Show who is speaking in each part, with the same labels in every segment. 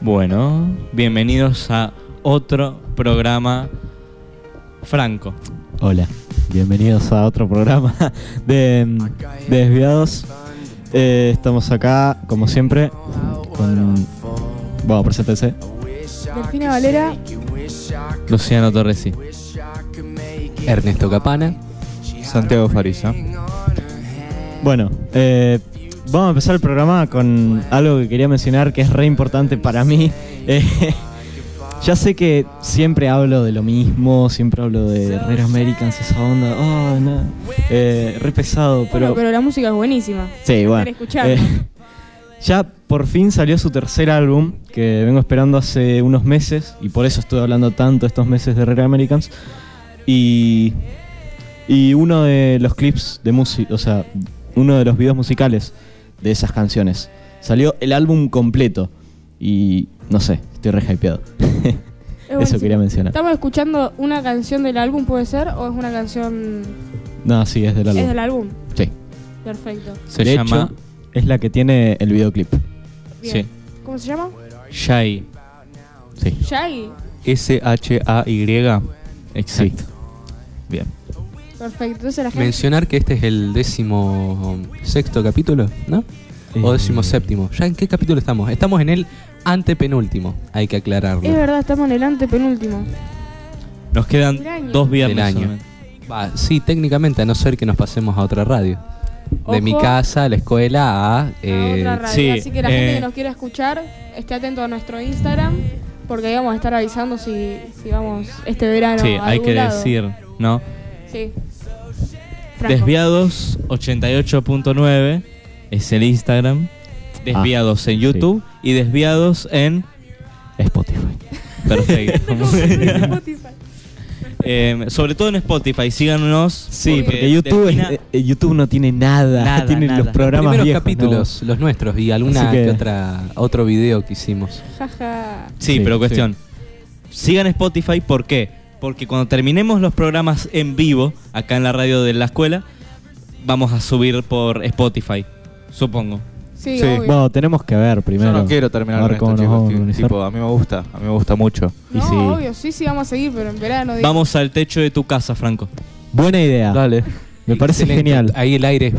Speaker 1: Bueno, bienvenidos a otro programa franco.
Speaker 2: Hola, bienvenidos a otro programa de, mm, de Desviados. Eh, estamos acá, como siempre, con... Bueno, preséntense.
Speaker 3: Delfina Valera,
Speaker 1: Luciano Torresi.
Speaker 4: Ernesto Capana.
Speaker 5: Santiago Farisa.
Speaker 2: Bueno, eh, vamos a empezar el programa con algo que quería mencionar que es re importante para mí. Eh, ya sé que siempre hablo de lo mismo, siempre hablo de Rare Americans, esa onda, oh, no, eh, re pesado,
Speaker 3: pero,
Speaker 2: pero...
Speaker 3: pero la música es buenísima.
Speaker 2: Sí, bueno.
Speaker 3: escucharlo.
Speaker 2: eh, ya por fin salió su tercer álbum, que vengo esperando hace unos meses, y por eso estoy hablando tanto estos meses de Rare Americans. Y, y uno de los clips de música, o sea, uno de los videos musicales de esas canciones. Salió el álbum completo. Y no sé, estoy re hypeado.
Speaker 3: Es
Speaker 2: eso
Speaker 3: buenísimo.
Speaker 2: quería mencionar.
Speaker 3: Estamos escuchando una canción del álbum, ¿puede ser? ¿O es una canción...
Speaker 2: No, sí, es del álbum.
Speaker 3: ¿Es del álbum?
Speaker 2: Sí.
Speaker 3: Perfecto.
Speaker 1: Se
Speaker 2: De
Speaker 1: llama
Speaker 2: hecho, es la que tiene el videoclip.
Speaker 3: Bien. ¿Cómo se llama?
Speaker 1: sí, Shai.
Speaker 2: Sí.
Speaker 3: Shaggy.
Speaker 5: S-H-A-Y.
Speaker 1: Exacto.
Speaker 2: Bien.
Speaker 3: Perfecto. Entonces la gente...
Speaker 4: Mencionar que este es el décimo sexto capítulo, ¿no?
Speaker 2: Eh,
Speaker 4: O décimo séptimo. ¿Ya en qué capítulo estamos? Estamos en el antepenúltimo, hay que aclararlo.
Speaker 3: Es verdad, estamos en el antepenúltimo.
Speaker 1: Nos quedan
Speaker 3: Del año.
Speaker 1: dos viernes.
Speaker 4: Del año.
Speaker 1: solamente.
Speaker 4: Va, sí, técnicamente, a no ser que nos pasemos a otra radio.
Speaker 3: Ojo.
Speaker 4: De mi casa a la escuela a... eh,
Speaker 3: a otra radio.
Speaker 1: sí,
Speaker 3: Así que la
Speaker 1: eh,
Speaker 3: gente que nos quiera escuchar, esté atento a nuestro Instagram, porque ahí vamos a estar avisando si, si vamos este verano
Speaker 1: sí,
Speaker 3: a
Speaker 1: hay
Speaker 3: algún
Speaker 1: que
Speaker 3: lado.
Speaker 1: decir, ¿no?
Speaker 3: Sí. Franco.
Speaker 1: Desviados 88.9 es el Instagram.
Speaker 2: Ah,
Speaker 1: Desviados en YouTube y desviados en...
Speaker 2: Spotify.
Speaker 1: Perfecto.
Speaker 3: Como en Spotify.
Speaker 1: Eh, sobre todo en Spotify, síganos.
Speaker 2: Sí, porque YouTube, es-
Speaker 1: Delfina-
Speaker 2: eh, YouTube no tiene nada.
Speaker 1: Nada,
Speaker 2: tiene
Speaker 1: nada.
Speaker 2: los programas
Speaker 4: primeros
Speaker 2: viejos,
Speaker 4: capítulos, los nuestros,
Speaker 2: Así
Speaker 4: y alguna
Speaker 2: que-
Speaker 4: que otra, otro video que hicimos.
Speaker 3: Jaja.
Speaker 1: Sí,
Speaker 2: Sí,
Speaker 1: pero
Speaker 2: sí.
Speaker 1: cuestión. Sigan Spotify, ¿por qué? Porque cuando terminemos los programas en vivo, acá en la radio de la escuela, vamos a subir por Spotify, supongo.
Speaker 3: Sí,
Speaker 5: Sí.
Speaker 2: ¿no?
Speaker 3: obvio.
Speaker 2: Bueno, tenemos que ver primero.
Speaker 5: Yo no quiero terminar
Speaker 2: A
Speaker 5: con
Speaker 2: ver cómo nos
Speaker 5: esto, chicos.
Speaker 2: vamos a
Speaker 5: ti-
Speaker 2: organizar.
Speaker 5: Tipo, a mí me gusta, a mí me gusta mucho.
Speaker 2: Y
Speaker 3: no,
Speaker 2: sí.
Speaker 3: obvio, sí, sí, vamos a seguir, pero en verano. digo.
Speaker 1: Vamos al techo de tu casa, Franco.
Speaker 2: Buena idea.
Speaker 5: Dale.
Speaker 2: Me parece
Speaker 4: Excelente.
Speaker 2: genial.
Speaker 4: Ahí el aire.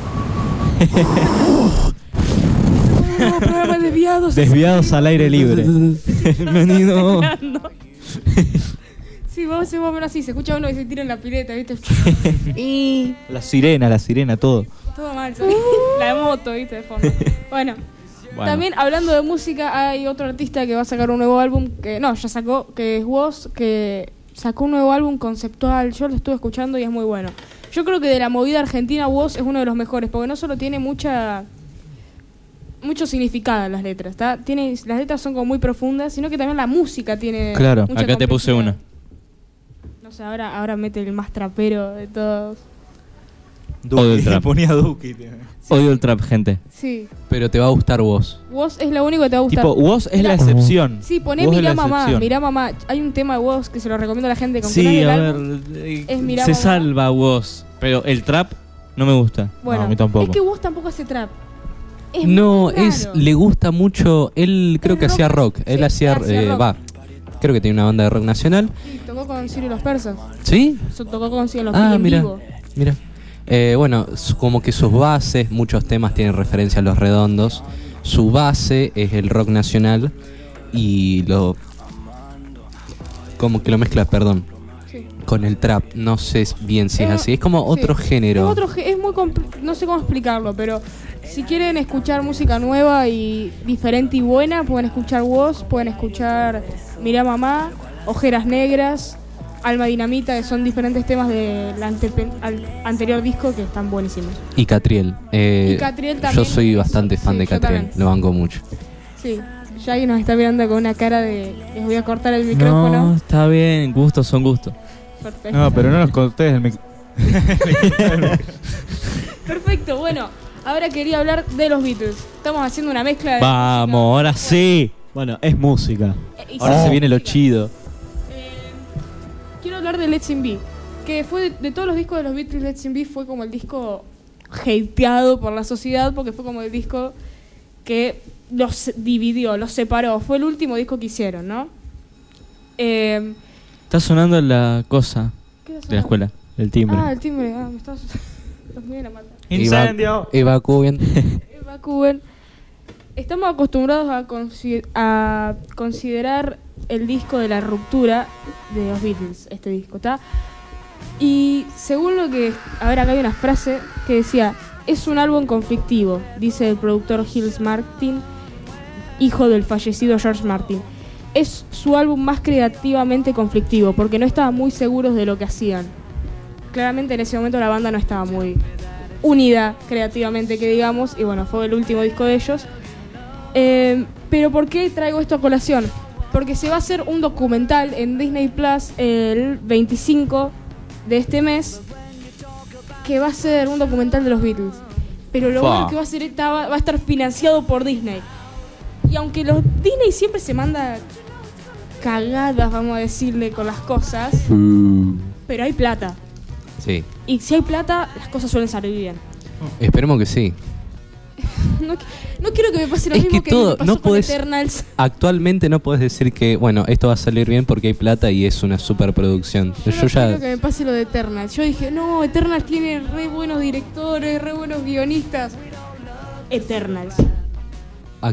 Speaker 3: No, programa desviados.
Speaker 2: Desviados al aire libre.
Speaker 1: Bienvenido.
Speaker 3: Sí, vamos a hacer más o menos así. Se escucha uno que se tira en la pileta, ¿viste? y
Speaker 5: La sirena, la sirena, todo.
Speaker 3: todo mal. ¿sabes?
Speaker 1: Uh.
Speaker 3: la de moto, ¿viste? De fondo. Bueno, También hablando de música, hay otro artista que va a sacar un nuevo álbum. que No, ya sacó, que es Woz, que sacó un nuevo álbum conceptual. Yo lo estuve escuchando y es muy bueno. Yo creo que de la movida argentina, Woz es uno de los mejores, porque no solo tiene mucha mucho significado en las letras, ¿está? Tiene, las letras son como muy profundas, sino que también la música tiene.
Speaker 5: Claro,
Speaker 3: mucha
Speaker 1: acá te puse
Speaker 3: complejidad.
Speaker 1: una.
Speaker 3: No sé, ahora, ahora mete el más trapero de todos.
Speaker 1: Todo el trap.
Speaker 5: ponía Duki.
Speaker 1: Odio el trap, gente.
Speaker 3: Sí,
Speaker 4: Pero te va a gustar vos.
Speaker 3: Woz es lo único que te va a gustar.
Speaker 5: Tipo, vos es la
Speaker 3: Mira.
Speaker 1: Mm.
Speaker 5: excepción.
Speaker 3: Sí, poné
Speaker 5: Vos es
Speaker 3: Mirá
Speaker 5: la
Speaker 3: Mamá,
Speaker 5: excepción.
Speaker 3: Mirá Mamá. Hay un tema de Woz que se lo recomiendo a la gente. Con que no es
Speaker 1: Sí,
Speaker 3: del
Speaker 1: a
Speaker 3: álbum.
Speaker 1: ver. eh,
Speaker 3: Es Mirá
Speaker 1: se
Speaker 3: Mamá.
Speaker 1: salva vos, pero el trap no me gusta.
Speaker 3: Bueno,
Speaker 5: No, a mí tampoco.
Speaker 3: es que Woz tampoco hace trap. Es
Speaker 4: no,
Speaker 3: muy raro.
Speaker 4: es le gusta mucho. Él creo
Speaker 3: El
Speaker 4: que
Speaker 3: rock.
Speaker 4: hacía rock. Él
Speaker 3: Sí,
Speaker 4: hacía.
Speaker 3: hacía
Speaker 4: eh,
Speaker 3: rock.
Speaker 4: Va. Creo que tiene una banda de rock nacional.
Speaker 3: Sí, Tocó con Ciro y los Persas.
Speaker 4: ¿Sí?
Speaker 3: So- tocó con Ciro y los Persas
Speaker 4: Ah,
Speaker 3: en
Speaker 4: mira.
Speaker 3: vivo.
Speaker 4: Mira. Eh, bueno, su- como que sus bases, muchos temas tienen referencia a los redondos. Su base es el rock nacional y lo. Como que lo mezcla, perdón,
Speaker 3: Sí.
Speaker 4: con el trap. No sé bien si es
Speaker 3: Es-
Speaker 4: así. Es como
Speaker 3: sí.
Speaker 4: otro género.
Speaker 3: Es, otro gé- es muy compl- no sé cómo explicarlo, pero si quieren escuchar música nueva y diferente y buena, pueden escuchar Woz, pueden escuchar Mirá Mamá, Ojeras Negras, Alma Dinamita, que son diferentes temas del antepen- al- anterior disco que están buenísimos.
Speaker 4: Y Catriel. Eh,
Speaker 3: Y Catriel
Speaker 4: Yo
Speaker 3: también.
Speaker 4: soy bastante fan
Speaker 3: Sí,
Speaker 4: de
Speaker 3: yo
Speaker 4: Catriel,
Speaker 3: también.
Speaker 4: lo banco mucho.
Speaker 3: Sí, Shaggy nos está mirando con una cara de les voy a cortar el micrófono.
Speaker 1: No, está bien, gustos son gustos.
Speaker 3: Perfecto.
Speaker 5: No, pero no nos contés el mic-
Speaker 3: Perfecto, bueno, ahora quería hablar de los Beatles. Estamos haciendo una mezcla de.
Speaker 1: Vamos, ahora sí.
Speaker 2: Bueno, es música.
Speaker 3: música. Eh, y
Speaker 5: Ahora
Speaker 3: sí,
Speaker 2: Oh.
Speaker 5: se viene lo
Speaker 3: música.
Speaker 5: chido.
Speaker 3: Eh, quiero hablar de Let's In Be, que fue de, de todos los discos de los Beatles, Let's In Be fue como el disco hateado por la sociedad porque fue como el disco que los dividió, los separó. Fue el último disco que hicieron, ¿no? Eh,
Speaker 1: Está sonando la cosa
Speaker 3: ¿qué pasó?
Speaker 1: de la escuela.
Speaker 2: El timbre.
Speaker 3: Ah, el timbre. Ah, me estás... Los míos la mata.
Speaker 4: Incendio. Evacúen.
Speaker 3: Evacúen. Estamos acostumbrados a, consi- a considerar el disco de la ruptura de los Beatles, este disco, ¿está? Y según lo que... A ver, acá hay una frase que decía, es un álbum conflictivo, dice el productor Hills Martin, hijo del fallecido George Martin. Es su álbum más creativamente conflictivo, porque no estaban muy seguros de lo que hacían. Claramente en ese momento la banda no estaba muy unida creativamente, que digamos, y bueno, fue el último disco de ellos. Eh, pero ¿por qué traigo esto a colación? Porque se va a hacer un documental en Disney Plus el 25 de este mes, que va a ser un documental de los Beatles. Pero lo
Speaker 5: Fua.
Speaker 3: bueno que va a ser esta- va a estar financiado por Disney. Y aunque los Disney siempre se manda cagadas, vamos a decirle, con las cosas, pero hay plata.
Speaker 4: Sí.
Speaker 3: Y si hay plata, las cosas suelen salir bien.
Speaker 4: Esperemos que sí.
Speaker 3: No, qui- no quiero que me pase lo
Speaker 4: Es
Speaker 3: mismo
Speaker 4: que
Speaker 3: que,
Speaker 4: todo-
Speaker 3: me pasó
Speaker 4: no
Speaker 3: con
Speaker 4: podés-
Speaker 3: Eternals.
Speaker 4: Actualmente no puedes decir que, bueno, esto va a salir bien porque hay plata y es una superproducción.
Speaker 3: Yo,
Speaker 4: Yo,
Speaker 3: no
Speaker 4: ya.
Speaker 3: quiero que me pase lo de Eternals. Yo dije, no, Eternals tiene re buenos directores, re buenos guionistas. Eternals.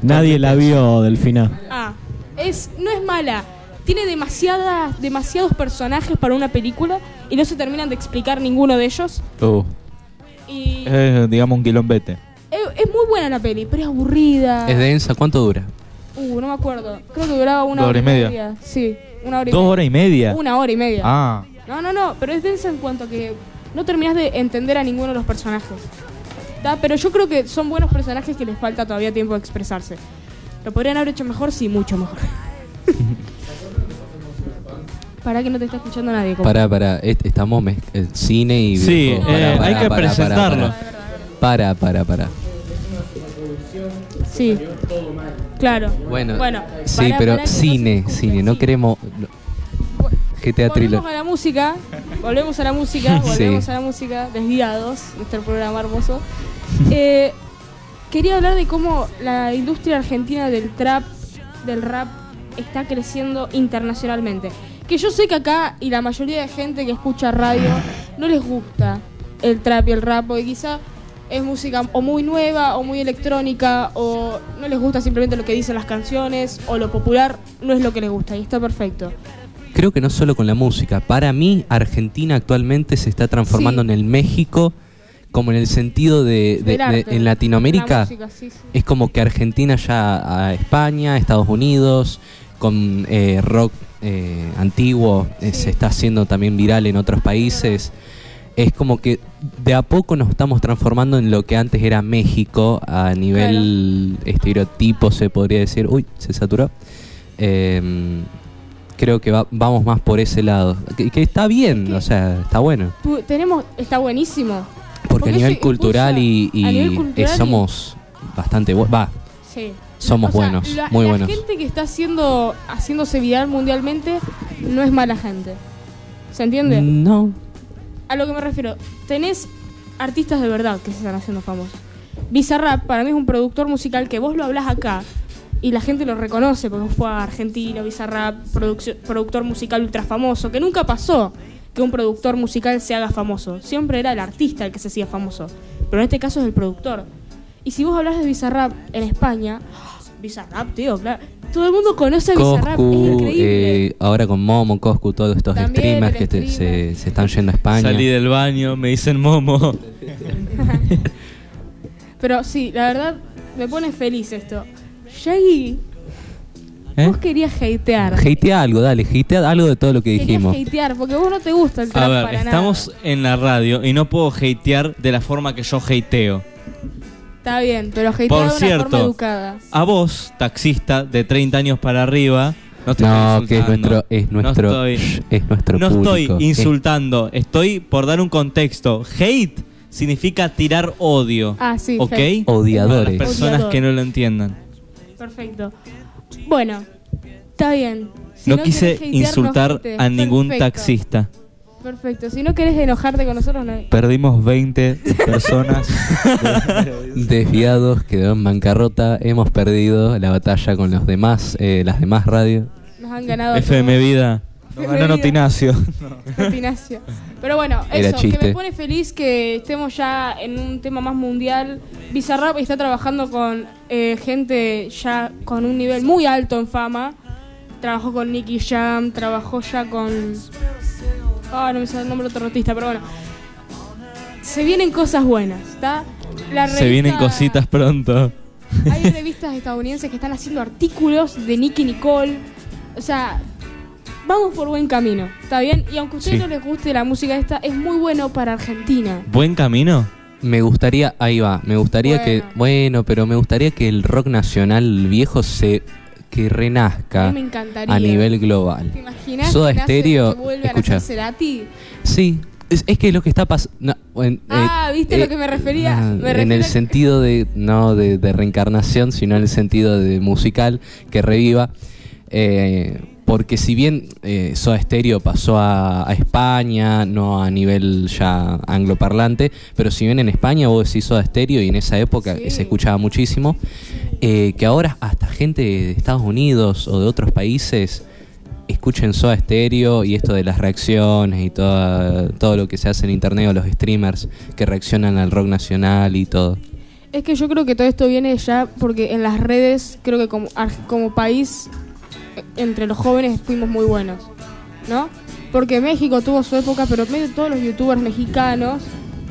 Speaker 2: Nadie la vio, Delfina.
Speaker 3: Ah, es, no es mala. Tiene demasiadas, demasiados personajes para una película y no se terminan de explicar ninguno de ellos.
Speaker 5: Uh,
Speaker 3: Y es,
Speaker 5: es, digamos, un quilombete.
Speaker 3: es muy buena la peli, pero es aburrida.
Speaker 4: Es densa, ¿cuánto dura?
Speaker 3: Uh, no me acuerdo. Creo que duraba una
Speaker 5: Dos
Speaker 3: hora
Speaker 5: horas
Speaker 3: y
Speaker 5: y
Speaker 3: media.
Speaker 5: media.
Speaker 3: Sí, una hora y
Speaker 5: ¿Dos
Speaker 3: media.
Speaker 5: horas y media?
Speaker 3: Una hora y media.
Speaker 5: Ah,
Speaker 3: No, no, no, pero es densa en cuanto a que no terminas de entender a ninguno de los personajes. Ta, Pero yo creo que son buenos personajes que les falta todavía tiempo de expresarse. Lo podrían haber hecho mejor, sí, mucho mejor. Para que no te está escuchando nadie. compa.
Speaker 4: Para, para, estamos mez- eh, cine y
Speaker 1: Sí,
Speaker 4: videojuegos. Pará,
Speaker 1: eh,
Speaker 4: pará,
Speaker 1: hay que
Speaker 4: pará,
Speaker 1: presentarlo.
Speaker 4: Para, para, para.
Speaker 3: Sí. Claro.
Speaker 4: Bueno, sí,
Speaker 3: pará,
Speaker 4: pero
Speaker 3: pará que no se
Speaker 4: cine,
Speaker 3: escuche,
Speaker 4: cine, no
Speaker 3: sí.
Speaker 4: queremos no, GTA Thriller.
Speaker 3: Volvemos a la música, volvemos a la música, volvemos
Speaker 4: Sí.
Speaker 3: a la música, desviados, nuestro programa hermoso. Eh, quería hablar de cómo la industria argentina del trap, del rap, está creciendo internacionalmente. Que yo sé que acá y la mayoría de gente que escucha radio no les gusta el trap y el rap, porque quizá es música o muy nueva o muy electrónica o no les gusta simplemente lo que dicen las canciones o lo popular no es lo que les gusta y está perfecto.
Speaker 4: Creo que no solo con la música. Para mí, Argentina actualmente se está transformando
Speaker 3: Sí.
Speaker 4: en el México, como en el sentido de, de-
Speaker 3: Del
Speaker 4: de-
Speaker 3: arte,
Speaker 4: en
Speaker 3: la
Speaker 4: Latinoamérica.
Speaker 3: música, sí, sí.
Speaker 4: es como que Argentina ya a España, Estados Unidos, con eh, rock eh, antiguo, eh,
Speaker 3: Sí.
Speaker 4: se está haciendo también viral en otros países. Es como que de a poco nos estamos transformando en lo que antes era México a nivel estereotipo, se podría decir. Uy, se saturó. Em, creo que va- vamos más por ese lado. Que, que está bien,
Speaker 3: Es que-
Speaker 4: o sea, está bueno.
Speaker 3: Tu- tenemos, está buenísimo.
Speaker 4: Porque,
Speaker 3: Porque
Speaker 4: a nivel
Speaker 3: eso impulsa-
Speaker 4: cultural y, y
Speaker 3: a nivel
Speaker 4: eh,
Speaker 3: cultural y-
Speaker 4: somos bastante buenos. Va,
Speaker 3: Sí.
Speaker 4: Somos
Speaker 3: O sea,
Speaker 4: buenos,
Speaker 3: la-
Speaker 4: muy
Speaker 3: la
Speaker 4: buenos.
Speaker 3: gente que está haciendo, haciéndose viral mundialmente no es mala gente. ¿Se entiende?
Speaker 4: No,
Speaker 3: A lo que me refiero, tenés artistas de verdad que se están haciendo famosos. Bizarrap para mí es un productor musical que vos lo hablás acá y la gente lo reconoce porque fue a Argentina, Bizarrap, produc- productor musical ultra famoso, que nunca pasó que un productor musical se haga famoso. Siempre era el artista el que se hacía famoso, pero en este caso es el productor. Y si vos hablas de Bizarrap en España, Bizarrap, tío, claro. Todo el mundo conoce a Bizarrap, es
Speaker 4: Coscu,
Speaker 3: increíble.
Speaker 4: eh, ahora con Momo, Coscu, todos estos
Speaker 3: También
Speaker 4: streamers
Speaker 3: el
Speaker 4: que te-
Speaker 3: streamer.
Speaker 4: se, se están yendo a España.
Speaker 1: Salí del baño, me dicen Momo.
Speaker 3: Pero sí, la verdad, me pone feliz esto. Shaggy,
Speaker 1: ¿Eh?
Speaker 3: vos querías hatear.
Speaker 4: Hatea algo, dale, hatea algo de todo lo que dijimos.
Speaker 3: Querías hatear, porque vos no te gusta el trap
Speaker 1: A ver,
Speaker 3: para
Speaker 1: estamos
Speaker 3: nada.
Speaker 1: en la radio y no puedo hatear de la forma que yo hateo.
Speaker 3: Está bien, pero hatear
Speaker 1: Por
Speaker 3: de una
Speaker 1: cierto.
Speaker 3: forma educada.
Speaker 1: A vos, taxista de 30 años para arriba, no te
Speaker 4: No,
Speaker 1: estoy
Speaker 4: que es
Speaker 1: insultando.
Speaker 4: nuestro, es
Speaker 1: No
Speaker 4: nuestro,
Speaker 1: estoy-
Speaker 4: shh, es nuestro
Speaker 1: No
Speaker 4: público.
Speaker 1: estoy insultando, estoy por dar un contexto. Hate significa tirar odio.
Speaker 3: Ah, sí,
Speaker 1: ¿Ok?
Speaker 3: hate.
Speaker 1: Para las
Speaker 4: Odiadores.
Speaker 1: personas
Speaker 3: Odiador.
Speaker 1: que no lo entiendan.
Speaker 3: Perfecto. Bueno, está bien. Si
Speaker 1: no
Speaker 3: querés
Speaker 1: quise
Speaker 3: hatear, no
Speaker 1: insultar
Speaker 3: hatees.
Speaker 1: a ningún
Speaker 3: Perfecto.
Speaker 1: taxista.
Speaker 3: Perfecto. Si no querés enojarte con nosotros, no hay.
Speaker 5: Perdimos 20 personas.
Speaker 4: Desviados, quedó en bancarrota, hemos perdido la batalla con los demás, eh, las demás radios.
Speaker 3: Nos han ganado.
Speaker 1: FM Vida.
Speaker 5: No ganó Notinacio.
Speaker 3: todos. Tinacio. Pero bueno,
Speaker 4: Era
Speaker 3: eso, que me
Speaker 4: chiste.
Speaker 3: pone feliz que estemos ya en un tema más mundial. Bizarrap está trabajando con eh, gente ya con un nivel muy alto en fama. Trabajó con Nicky Jam, trabajó ya con. Ah, no me sale el nombre de otro artista, pero bueno. Se vienen cosas buenas, ¿está? La
Speaker 1: Se vienen
Speaker 3: revista-
Speaker 1: cositas pronto.
Speaker 3: Hay revistas estadounidenses que están haciendo artículos de Nicky Nicole. O sea, vamos por buen camino, ¿está bien? Y aunque a ustedes
Speaker 1: Sí.
Speaker 3: no les guste la música esta, es muy bueno para Argentina.
Speaker 1: ¿Buen camino?
Speaker 4: Me gustaría, ahí va, me gustaría que,
Speaker 3: Bueno.
Speaker 4: bueno, pero me gustaría que el rock nacional viejo se, que
Speaker 3: A
Speaker 4: renazca
Speaker 3: mí me encantaría.
Speaker 4: a nivel global.
Speaker 3: ¿Te imaginas?
Speaker 4: Soda
Speaker 3: que nace-
Speaker 4: Stereo,
Speaker 3: que vuelvan a
Speaker 4: escucha.
Speaker 3: hacer Cerati?
Speaker 4: Sí, es, es que lo que está pasando...
Speaker 3: Ah, ¿viste lo que me refería? Me
Speaker 4: eh, ah, en
Speaker 3: refiero
Speaker 4: el
Speaker 3: a que-
Speaker 4: sentido de, no de, de reencarnación, sino en el sentido de musical, que reviva. Eh, porque si bien eh, Soda Stereo pasó a, a España, no a nivel ya angloparlante, pero si bien en España vos decís Soda Stereo y en esa época
Speaker 3: Sí.
Speaker 4: se escuchaba muchísimo, eh, que ahora hasta gente de Estados Unidos o de otros países escuchen Soda Stereo y esto de las reacciones y toda- todo lo que se hace en internet o los streamers que reaccionan al rock nacional y todo.
Speaker 3: Es que yo creo que todo esto viene ya porque en las redes, creo que como, Ar- como país, eh, entre los jóvenes fuimos muy buenos, ¿no? Porque México tuvo su época, pero medio todos los youtubers mexicanos,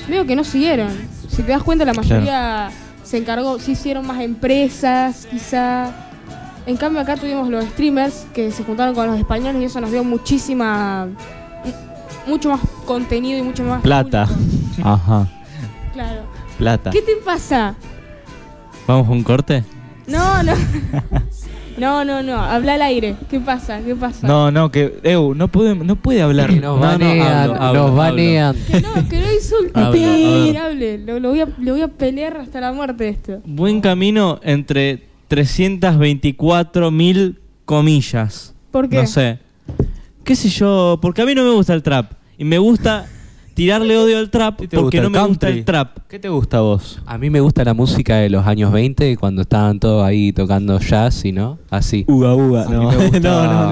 Speaker 3: medio que no siguieron. Si te das cuenta, la mayoría se encargó, se hicieron más empresas, quizá. En cambio, acá tuvimos los streamers que se juntaron con los españoles y eso nos dio muchísima. mu- mucho más contenido y mucho más.
Speaker 2: Plata.
Speaker 3: público.
Speaker 5: Ajá,
Speaker 3: Claro.
Speaker 5: plata.
Speaker 3: ¿Qué te pasa?
Speaker 1: ¿Vamos a un corte?
Speaker 3: No, no. No, no, no. Habla al aire. ¿Qué pasa? ¿Qué pasa?
Speaker 5: No, no, que. Eu, no puede, no puede hablar.
Speaker 4: Nos banean,
Speaker 1: hablo, hablo,
Speaker 4: nos
Speaker 1: hablo.
Speaker 4: banean.
Speaker 3: Que no, que no
Speaker 1: Habla,
Speaker 3: insultes.
Speaker 1: habla.
Speaker 3: Hable, hable. Lo, lo voy a, lo voy a pelear hasta la muerte esto.
Speaker 1: Buen camino entre 324 mil comillas.
Speaker 3: ¿Por qué?
Speaker 1: No sé. ¿Qué sé yo? Porque a mí no me gusta el trap. Y me gusta tirarle odio al trap
Speaker 5: ¿Qué te
Speaker 1: porque
Speaker 5: gusta,
Speaker 1: no
Speaker 5: el
Speaker 1: me gusta
Speaker 5: country?
Speaker 1: el trap.
Speaker 5: ¿Qué te gusta a vos?
Speaker 4: A mí me gusta la música de los años 20, cuando estaban todos ahí tocando jazz y no, así.
Speaker 2: Uga, uga.
Speaker 5: mí
Speaker 2: No,
Speaker 5: me gusta-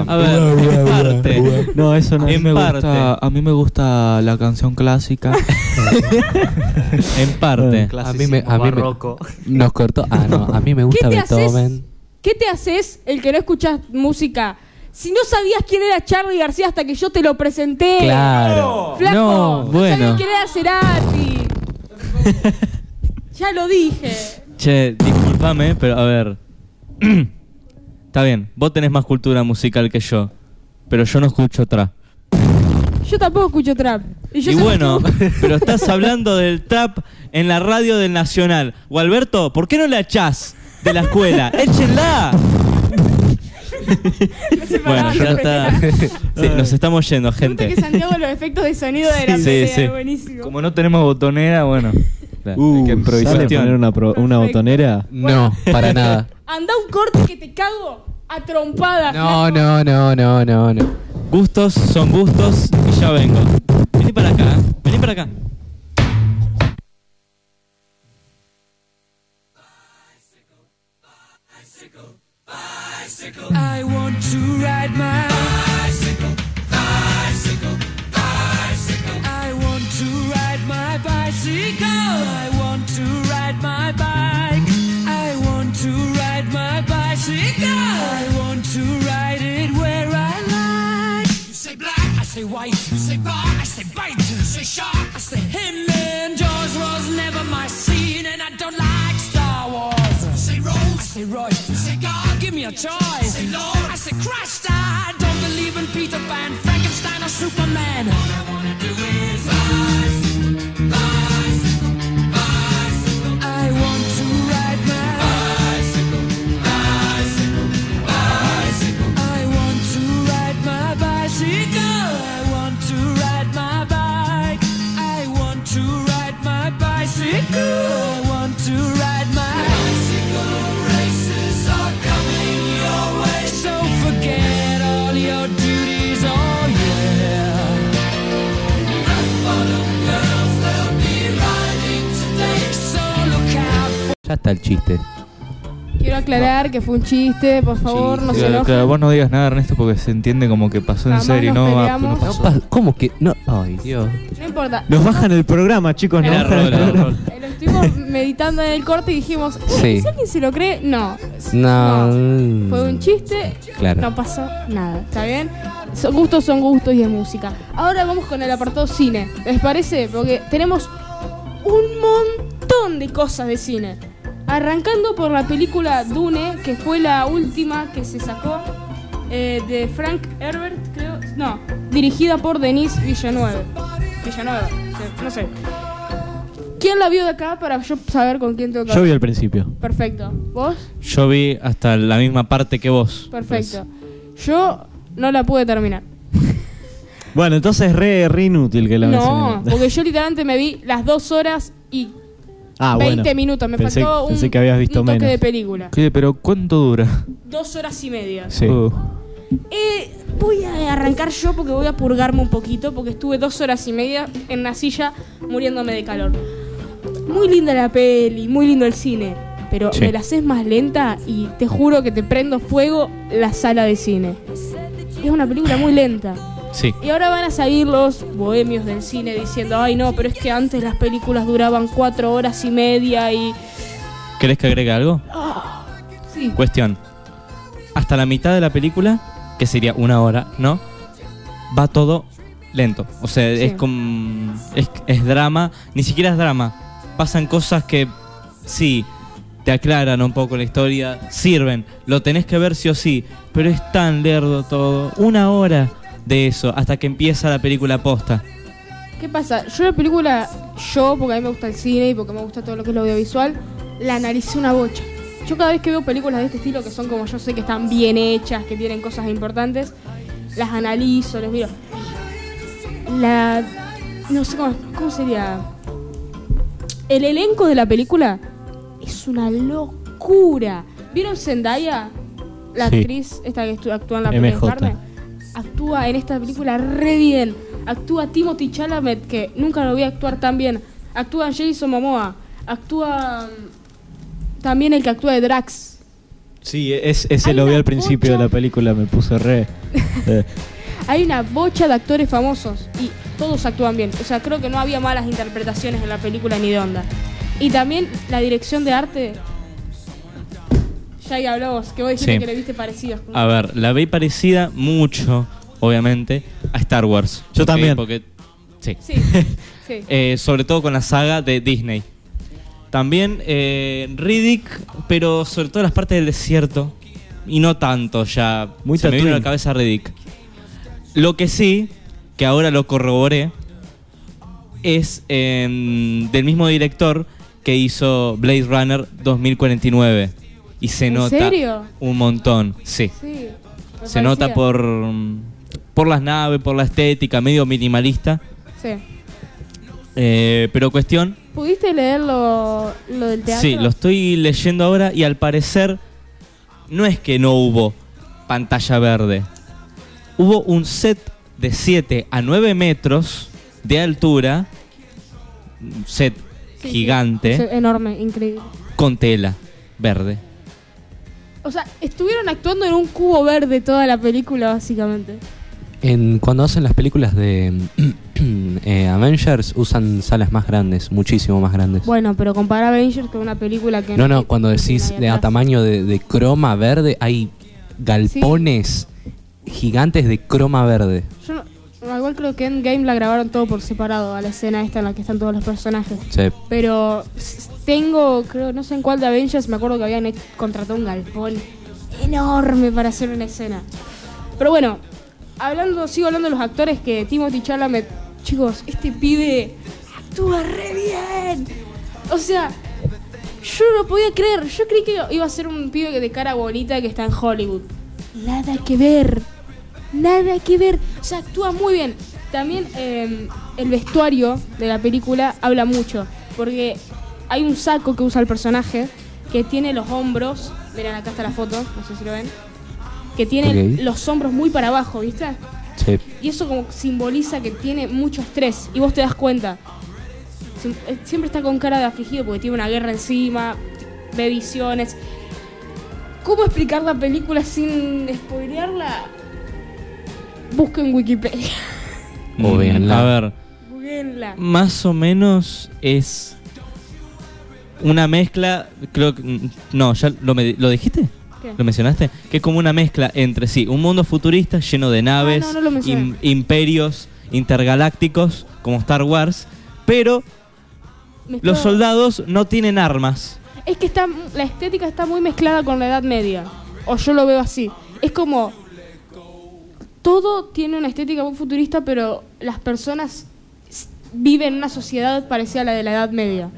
Speaker 2: Ah, no, no,
Speaker 1: A
Speaker 2: no.
Speaker 1: ver, en parte.
Speaker 2: No, eso no.
Speaker 5: A mí,
Speaker 1: En
Speaker 5: me gusta,
Speaker 1: parte.
Speaker 5: a mí me gusta la canción clásica.
Speaker 1: En parte.
Speaker 5: Bueno,
Speaker 4: A mí me, a mí me- nos cortó. Ah, no, a mí me
Speaker 3: ¿Qué
Speaker 4: gusta
Speaker 3: te haces?
Speaker 4: Beethoven.
Speaker 3: ¿Qué te haces el que no escuchas música? Si no sabías quién era Charlie García hasta que yo te lo presenté.
Speaker 4: Claro.
Speaker 3: Flaco.
Speaker 4: No,
Speaker 3: no
Speaker 1: bueno.
Speaker 3: sabías quién era Cerati. ya lo dije.
Speaker 1: Che, discúlpame, pero a ver. Está bien, vos tenés más cultura musical que yo. Pero yo no escucho trap.
Speaker 3: Yo tampoco escucho trap. Y, yo
Speaker 1: Y
Speaker 3: sé-
Speaker 1: bueno, pero estás hablando del trap en la radio del Nacional. Gualberto, ¿por qué no la echás de la escuela? ¡Échenla!
Speaker 3: No se
Speaker 1: Bueno,
Speaker 3: paraban
Speaker 1: ya
Speaker 3: de
Speaker 1: está.
Speaker 3: frenar.
Speaker 1: Sí, nos estamos yendo,
Speaker 3: Me gusta
Speaker 1: gente.
Speaker 3: que Santiago los efectos de sonido de la
Speaker 1: Sí,
Speaker 3: pelea,
Speaker 1: sí.
Speaker 3: buenísimo.
Speaker 5: Como no tenemos botonera, bueno.
Speaker 2: Uh,
Speaker 5: Hay que improvisar.
Speaker 2: ¿sale poner una, pro- una
Speaker 3: Perfecto.
Speaker 2: botonera?
Speaker 4: No, para nada.
Speaker 3: Anda un corte que te cago a trompada.
Speaker 4: No,
Speaker 3: flaco.
Speaker 4: no, no, no, no, no.
Speaker 1: Gustos son gustos y ya vengo. Vení para acá, ¿eh? vení para acá.
Speaker 6: I want to ride my bicycle, bicycle, bicycle. I want to ride my bicycle. I want to ride my bike. I want to ride my bicycle. I want to ride it where I like. You say black, I say white. You say bar, I say bite. You say shark, I say him. And Jaws was never my scene, and I don't like Star Wars. You say Rose, I say Royce. You say God, give me a choice. say Lord, I say Christ. I don't believe in Peter Pan, Frankenstein, or Superman. All I wanna do is bicycle, bicycle, bicycle. I want to ride my bicycle, bicycle, bicycle. I want to ride my bicycle. I want to ride my bike. I want to ride my bicycle. I want to ride my bicycle. Races are coming your way, so forget all your duties. Oh yeah.
Speaker 4: Ya está el chiste.
Speaker 3: Quiero aclarar que fue un chiste, por favor, no se
Speaker 5: Claro,
Speaker 3: enojen.
Speaker 5: claro, vos no digas nada, Ernesto, porque se entiende como que pasó
Speaker 3: Jamás
Speaker 5: en serio,
Speaker 3: nos
Speaker 5: ¿no? Ah,
Speaker 3: peleamos.
Speaker 5: no
Speaker 4: No
Speaker 5: pasó.
Speaker 4: pa- ¿Cómo que? No. Ay, Dios.
Speaker 3: No importa.
Speaker 2: Nos bajan el programa, chicos. Nos
Speaker 1: Era
Speaker 2: bajan el
Speaker 1: rol, era
Speaker 2: programa.
Speaker 1: rol.
Speaker 3: Eh, Lo estuvimos meditando en el corte y dijimos,
Speaker 4: Sí.
Speaker 3: ¿si alguien se lo cree? No.
Speaker 4: No.
Speaker 3: Fue un chiste,
Speaker 4: Claro.
Speaker 3: no pasó nada, ¿está bien? Son gustos son gustos y es música. Ahora vamos con el apartado cine, ¿les parece? Porque tenemos un montón de cosas de cine. Arrancando por la película Dune, que fue la última que se sacó eh, de Frank Herbert, creo. No, dirigida por Denise Villanueva. Villanueva, sí, no sé. ¿Quién la vio de acá para yo saber con quién tengo que
Speaker 2: Yo vi
Speaker 3: hablar?
Speaker 2: al principio.
Speaker 3: Perfecto. ¿Vos?
Speaker 1: Yo vi hasta la misma parte que vos.
Speaker 3: Perfecto. Yo no la pude terminar.
Speaker 2: Bueno, entonces es re, re inútil que la
Speaker 3: No,
Speaker 2: mencionemos.
Speaker 3: porque yo literalmente me vi las dos horas y
Speaker 2: Ah,
Speaker 3: 20
Speaker 2: bueno.
Speaker 3: minutos. Me
Speaker 2: Pensé-
Speaker 3: faltó un,
Speaker 2: pensé que habías visto
Speaker 3: un toque
Speaker 2: menos.
Speaker 3: de película.
Speaker 5: ¿Qué? Pero ¿cuánto dura?
Speaker 3: Dos horas y media.
Speaker 2: Sí.
Speaker 5: Oh.
Speaker 3: Eh, voy a arrancar yo porque voy a purgarme un poquito porque estuve dos horas y media en la silla muriéndome de calor. Muy linda la peli, muy lindo el cine, pero
Speaker 4: Sí.
Speaker 3: me la haces más lenta y te juro que te prendo fuego la sala de cine. Es una película muy lenta.
Speaker 1: Sí.
Speaker 3: Y ahora van a salir los bohemios del cine diciendo, ay no, pero es que antes las películas duraban cuatro horas y media y...
Speaker 1: ¿Querés que agregue algo?
Speaker 3: Sí.
Speaker 1: Cuestión. Hasta la mitad de la película, que sería una hora, ¿no? Va todo lento. O sea,
Speaker 3: Sí.
Speaker 1: es, con, es, es drama. Ni siquiera es drama. Pasan cosas que sí, te aclaran un poco la historia, sirven. Lo tenés que ver sí o sí. Pero es tan lerdo todo. Una hora de eso hasta que empieza la película posta.
Speaker 3: ¿Qué pasa? Yo la película, yo, porque a mí me gusta el cine y porque me gusta todo lo que es lo audiovisual, la analicé una bocha. Yo cada vez que veo películas de este estilo, que son como yo sé que están bien hechas, que tienen cosas importantes, las analizo, les miro. La... No sé cómo, cómo sería. El elenco de la película es una locura. ¿Vieron Zendaya? La
Speaker 2: Sí.
Speaker 3: actriz, esta que estu- actúa en la película de
Speaker 2: MJ.
Speaker 3: Carmen. Actúa en esta película re bien. Actúa Timothy Chalamet, que nunca lo voy a actuar tan bien. Actúa Jason Momoa. Actúa mm, también el que actúa de Drax.
Speaker 2: Sí, es, ese
Speaker 3: Hay
Speaker 2: lo vi
Speaker 3: una
Speaker 2: al principio
Speaker 3: bocha.
Speaker 2: de la película, me puse re. eh,
Speaker 3: Hay una bocha de actores famosos y todos actúan bien. O sea, creo que no había malas interpretaciones en la película ni de onda. Y también la dirección de arte. Ya ahí habló vos, que vos dijiste
Speaker 1: Sí.
Speaker 3: que le viste parecidos.
Speaker 1: A ver, la vi parecida mucho, obviamente, a Star Wars.
Speaker 2: Yo
Speaker 1: Ok,
Speaker 2: también.
Speaker 1: Porque, sí.
Speaker 3: Sí, sí.
Speaker 1: Eh, sobre todo con la saga de Disney. También eh, Riddick, pero sobre todo las partes del desierto. Y no tanto ya.
Speaker 2: Muy
Speaker 1: se me vino a la
Speaker 2: Tatooine.
Speaker 1: cabeza Riddick. Lo que sí, que ahora lo corroboré, es em, del mismo director que hizo Blade Runner 2049. Y se
Speaker 3: ¿En
Speaker 1: nota
Speaker 3: serio?
Speaker 1: un montón. Sí.
Speaker 3: Sí, me
Speaker 1: Se nota
Speaker 3: parecía.
Speaker 1: por, mm, por las naves, por la estética, medio minimalista.
Speaker 3: Sí.
Speaker 1: Eh, pero cuestión,
Speaker 3: ¿Pudiste leer lo, lo del teatro?
Speaker 1: sí, lo estoy leyendo ahora y al parecer no es que no hubo pantalla verde. Hubo un set de 7 a 9 metros de altura, un set
Speaker 3: Sí,
Speaker 1: gigante,
Speaker 3: sí, enorme, increíble.
Speaker 1: con tela verde.
Speaker 3: O sea, estuvieron actuando en un cubo verde toda la película, básicamente.
Speaker 4: En, cuando hacen las películas de eh, Avengers usan salas más grandes, muchísimo más grandes.
Speaker 3: Bueno, pero compara Avengers con una película que
Speaker 4: no,
Speaker 3: tiene
Speaker 4: no, cuando decís
Speaker 3: nada
Speaker 4: de a
Speaker 3: atrás.
Speaker 4: tamaño de, de croma verde, hay galpones gigantes de croma verde.
Speaker 3: Yo no- no, igual creo que Endgame la grabaron todo por separado a la escena esta en la que están todos los personajes.
Speaker 4: Sí.
Speaker 3: Pero s- tengo, creo, no sé en cuál de Avengers, me acuerdo que habían hecho- contratado un galpón enorme para hacer una escena. Pero bueno, hablando, sigo hablando de los actores que Timothy Chalamet, chicos, este pibe actúa re bien. O sea, yo no podía creer, yo creí que iba a ser un pibe de cara bonita que está en Hollywood. Nada que ver, nada que ver, o sea, actúa muy bien. También eh, el vestuario de la película habla mucho, porque hay un saco que usa el personaje que tiene los hombros, miren acá está la foto, no sé si lo ven, que tiene
Speaker 4: Ok.
Speaker 3: los hombros muy para abajo, ¿viste?
Speaker 4: Sí.
Speaker 3: Y eso como simboliza que tiene mucho estrés y vos te das cuenta. Sim- eh, Siempre está con cara de afligido porque tiene una guerra encima. ve visiones. ¿Cómo explicar la película sin spoilearla? Busquen Wikipedia.
Speaker 4: O
Speaker 1: Mm,
Speaker 4: véanla.
Speaker 1: A ver,
Speaker 3: Googleenla.
Speaker 1: más o menos es una mezcla, creo que... mm, No, ¿ya lo, me- lo dijiste?
Speaker 3: ¿Qué?
Speaker 1: ¿Lo mencionaste? Que es como una mezcla entre, sí, un mundo futurista lleno de naves,
Speaker 3: Ah, no, no lo mencioné.
Speaker 1: imperios intergalácticos, como Star Wars, pero
Speaker 3: Me
Speaker 1: los
Speaker 3: está-
Speaker 1: soldados no tienen armas.
Speaker 3: Es que está, la estética está muy mezclada con la Edad Media. O yo lo veo así. Es como. Todo tiene una estética muy futurista, pero las personas s- viven en una sociedad parecida a la de la Edad Media.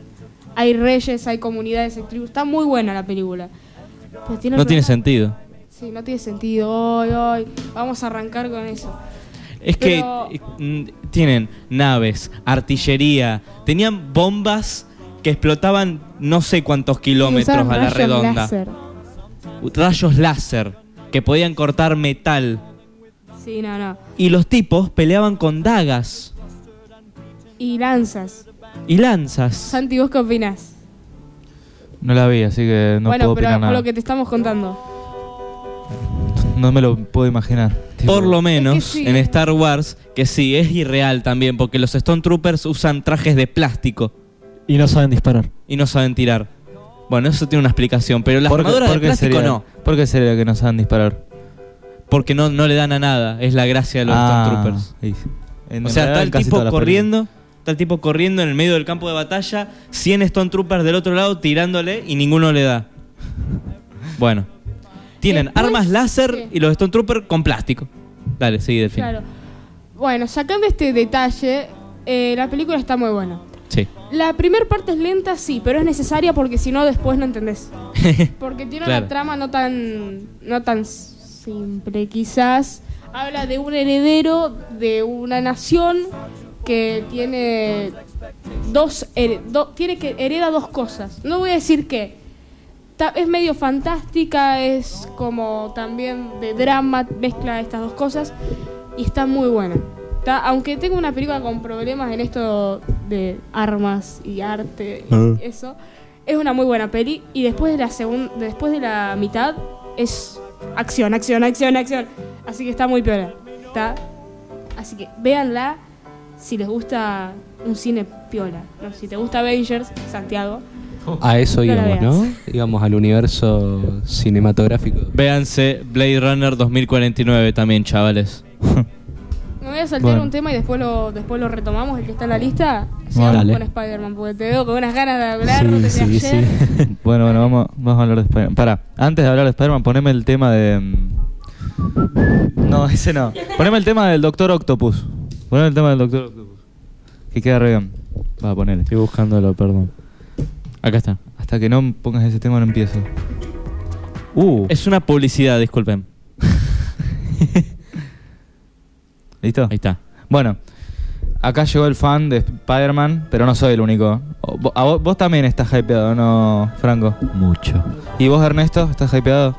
Speaker 3: Hay reyes, hay comunidades, hay tribus. Está muy buena la película. Pero tiene
Speaker 1: No
Speaker 3: re-
Speaker 1: tiene sentido.
Speaker 3: Sí, no tiene sentido. Hoy, hoy. Vamos a arrancar con eso.
Speaker 1: Es
Speaker 3: Pero-
Speaker 1: que eh, mm, tienen naves, artillería, tenían bombas que explotaban no sé cuántos kilómetros a
Speaker 3: Usaron
Speaker 1: la
Speaker 3: rayos
Speaker 1: redonda.
Speaker 3: láser.
Speaker 1: Rayos láser que podían cortar metal.
Speaker 3: Sí, no, no.
Speaker 1: Y los tipos peleaban con dagas
Speaker 3: Y lanzas.
Speaker 1: y lanzas.
Speaker 3: Santi, ¿vos qué opinás?
Speaker 5: No la vi, así que no
Speaker 3: bueno,
Speaker 5: puedo
Speaker 3: pero
Speaker 5: opinar
Speaker 3: por
Speaker 5: nada.
Speaker 3: lo que te estamos contando.
Speaker 5: No me lo puedo imaginar. Tipo,
Speaker 1: Por lo menos
Speaker 3: sí.
Speaker 1: en Star Wars, que sí, es irreal también, porque los Stone Troopers usan trajes de plástico
Speaker 2: Y no saben disparar.
Speaker 1: y no saben tirar. Bueno, eso tiene una explicación, pero la
Speaker 5: ¿por qué-
Speaker 1: armadura de
Speaker 5: por qué
Speaker 1: plástico
Speaker 5: sería-
Speaker 1: no.
Speaker 5: ¿Por qué sería que no saben disparar?
Speaker 1: Porque no, no le dan a nada, es la gracia de los
Speaker 5: Ah,
Speaker 1: Stone Troopers.
Speaker 5: sí. En
Speaker 1: O sea,
Speaker 5: realidad,
Speaker 1: está el
Speaker 5: casi
Speaker 1: tipo
Speaker 5: todas las
Speaker 1: corriendo, está el tipo corriendo en el medio del campo de batalla, 100 Stone Troopers del otro lado tirándole y ninguno le da. Bueno. Tienen
Speaker 3: Después,
Speaker 1: armas láser
Speaker 3: ¿qué?
Speaker 1: y los Stone Troopers con plástico. Dale, sigue del fin.
Speaker 3: Claro. Bueno, sacando este detalle, eh, la película está muy buena.
Speaker 1: Sí.
Speaker 3: La primera parte es lenta, sí, pero es necesaria porque si no, después no entendés. Porque tiene
Speaker 1: Claro.
Speaker 3: una trama no tan, no tan simple, quizás. Habla de un heredero de una nación que tiene dos, here- do- tiene que hereda dos cosas. No voy a decir qué. Ta- es medio fantástica, es como también de drama, mezcla estas dos cosas y está muy buena. Está- aunque tengo una película con problemas en esto de armas y arte y
Speaker 2: Ah.
Speaker 3: eso, es una muy buena peli y después de la segunda, después de la mitad es acción, acción, acción, acción. Así que está muy peor. Está. Así que véanla si les gusta un cine piola. No, si te gusta Avengers, Santiago.
Speaker 4: A eso
Speaker 3: No la
Speaker 4: íbamos,
Speaker 3: veas.
Speaker 4: ¿no? Íbamos al universo cinematográfico.
Speaker 1: Véanse Blade Runner 2049 también, chavales.
Speaker 3: Me voy a saltar
Speaker 5: Bueno.
Speaker 3: un tema y después lo, después lo retomamos, el que está en la lista. Sigamos
Speaker 4: Dale.
Speaker 3: con Spider-Man, porque te veo con unas ganas de hablar
Speaker 4: Sí,
Speaker 3: desde
Speaker 4: sí,
Speaker 3: ayer.
Speaker 4: sí.
Speaker 5: películas. Bueno, bueno, vamos, vamos a hablar de Spider-Man. Pará, antes de hablar de Spider-Man, poneme el tema de. mm, No, ese no. Poneme el tema del Doctor Octopus. Poneme el tema del Doctor Octopus. Que queda re bien. Va, ponele.
Speaker 1: Estoy buscándolo, perdón. Acá está.
Speaker 5: Hasta que no pongas ese tema no empiezo. Uh.
Speaker 1: Es una publicidad, disculpen.
Speaker 5: ¿Listo?
Speaker 1: Ahí está.
Speaker 5: Bueno, acá llegó el fan de Spider-Man, pero no soy el único. O- vo- a vos, vos también estás hypeado, ¿no, Franco?
Speaker 4: Mucho.
Speaker 5: ¿Y vos, Ernesto, estás hypeado?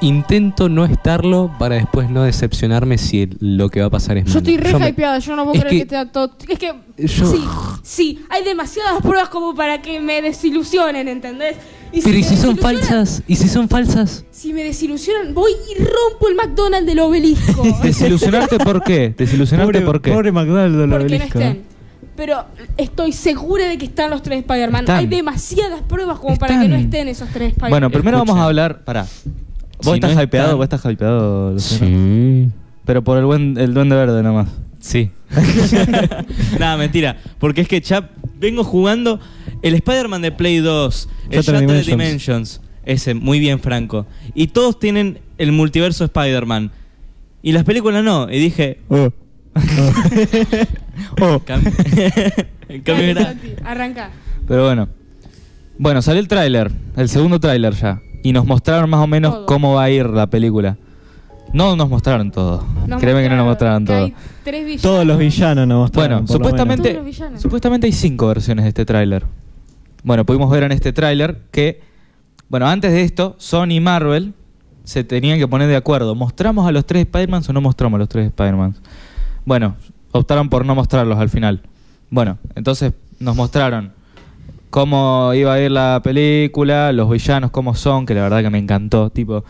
Speaker 4: Intento no estarlo para después no decepcionarme si el- lo que va a pasar es
Speaker 3: Yo
Speaker 4: malo.
Speaker 3: estoy re
Speaker 4: me-
Speaker 3: hypeada, yo no puedo
Speaker 4: Es
Speaker 3: creer que,
Speaker 4: que-
Speaker 3: te da todo. Es que.
Speaker 4: Yo-
Speaker 3: Sí, sí, hay demasiadas pruebas como para que me desilusionen, ¿entendés? Y
Speaker 4: Pero ¿y
Speaker 3: me
Speaker 4: si son
Speaker 3: desilusionan-
Speaker 4: falsas? ¿Y si son falsas?
Speaker 3: Si me desilusionan, voy y rompo el McDonald's del obelisco.
Speaker 5: ¿Desilusionarte por qué? ¿Desilusionarte por qué?
Speaker 2: pobre McDonald's, lo
Speaker 3: porque no
Speaker 2: obelisco.
Speaker 3: estén. Pero estoy segura de que están los tres Spider-Man.
Speaker 5: Están.
Speaker 3: Hay demasiadas pruebas como para que
Speaker 5: Están.
Speaker 3: no estén esos tres Spider-Man.
Speaker 5: Bueno, primero
Speaker 1: Escuchen.
Speaker 5: vamos a hablar. Pará. Vos
Speaker 1: Si
Speaker 5: estás
Speaker 1: no
Speaker 5: hypeado,
Speaker 1: están-
Speaker 5: vos estás hypeado, Luciano. Pero por el buen el duende verde nomás.
Speaker 1: Sí. Nada, mentira. Porque es que ya vengo jugando el Spider-Man de Play 2, el
Speaker 2: Shattered
Speaker 1: Shattered Dimensions.
Speaker 2: Dimensions.
Speaker 1: Ese, muy bien, Franco. Y todos tienen el multiverso Spider-Man. Y las películas no. Y dije.
Speaker 2: Oh. Oh.
Speaker 1: cam- en cambio
Speaker 3: Dale,
Speaker 1: era-
Speaker 3: Santi, Arranca.
Speaker 5: Pero bueno. Bueno, salió el tráiler, el segundo tráiler ya. Y nos mostraron más o menos
Speaker 3: Todo.
Speaker 5: cómo va a ir la película. No nos mostraron todo.
Speaker 3: Nos
Speaker 5: Créeme que no nos mostraron
Speaker 3: que
Speaker 5: todo.
Speaker 3: hay tres villanos.
Speaker 2: Todos los villanos nos mostraron.
Speaker 5: Bueno,
Speaker 2: por lo
Speaker 5: supuestamente,
Speaker 3: Todos los villanos.
Speaker 5: supuestamente hay cinco versiones de este tráiler. Bueno, pudimos ver en este tráiler que, bueno, antes de esto, Sony y Marvel se tenían que poner de acuerdo. ¿Mostramos a los tres Spider-Man o no mostramos a los tres Spider-Man? Bueno, optaron por no mostrarlos al final. Bueno, entonces nos mostraron cómo iba a ir la película, los villanos cómo son, que la verdad que me encantó. Tipo,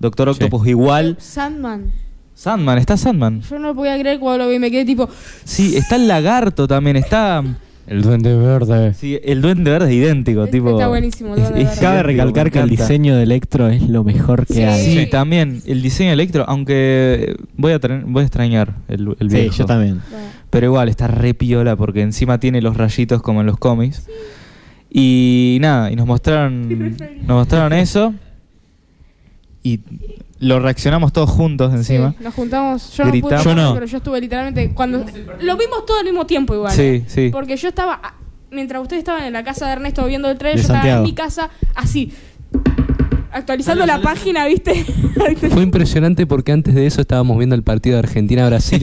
Speaker 5: Doctor Octopus igual.
Speaker 3: Sandman.
Speaker 5: Sandman, está Sandman.
Speaker 3: Yo no podía creer cuando lo vi, me quedé tipo,
Speaker 5: Sí, está el lagarto también, está...
Speaker 7: El duende verde.
Speaker 5: Sí, el duende verde es idéntico,
Speaker 3: Este Está
Speaker 5: tipo...
Speaker 3: buenísimo, el
Speaker 5: es-
Speaker 3: Duende
Speaker 5: es
Speaker 3: Verde.
Speaker 2: Cabe
Speaker 5: idéntico,
Speaker 2: recalcar
Speaker 5: me
Speaker 2: que el
Speaker 5: encanta.
Speaker 2: diseño de Electro es lo mejor que
Speaker 3: Sí.
Speaker 2: hay.
Speaker 5: Sí, también. El diseño de electro, aunque voy a, tener- voy a extrañar el, el
Speaker 2: Sí,
Speaker 5: viejo.
Speaker 2: yo también.
Speaker 3: bueno,
Speaker 5: Pero igual, está re piola porque encima tiene los rayitos como en los cómics. Y nada, y nos mostraron, nos mostraron eso. Y lo reaccionamos todos juntos encima.
Speaker 3: sí, nos juntamos, yo no
Speaker 5: Gritamos.
Speaker 3: pude,
Speaker 1: Yo no.
Speaker 3: pero yo estuve literalmente cuando lo vimos todo al mismo tiempo igual.
Speaker 5: Sí,
Speaker 3: ¿eh?
Speaker 5: sí.
Speaker 3: Porque yo estaba a- mientras ustedes estaban en la casa de Ernesto viendo el
Speaker 2: De
Speaker 3: tren, yo estaba
Speaker 2: Santiago.
Speaker 3: en mi casa así actualizando la página, ¿viste?
Speaker 4: Fue impresionante porque antes de eso estábamos viendo el partido de Argentina-Brasil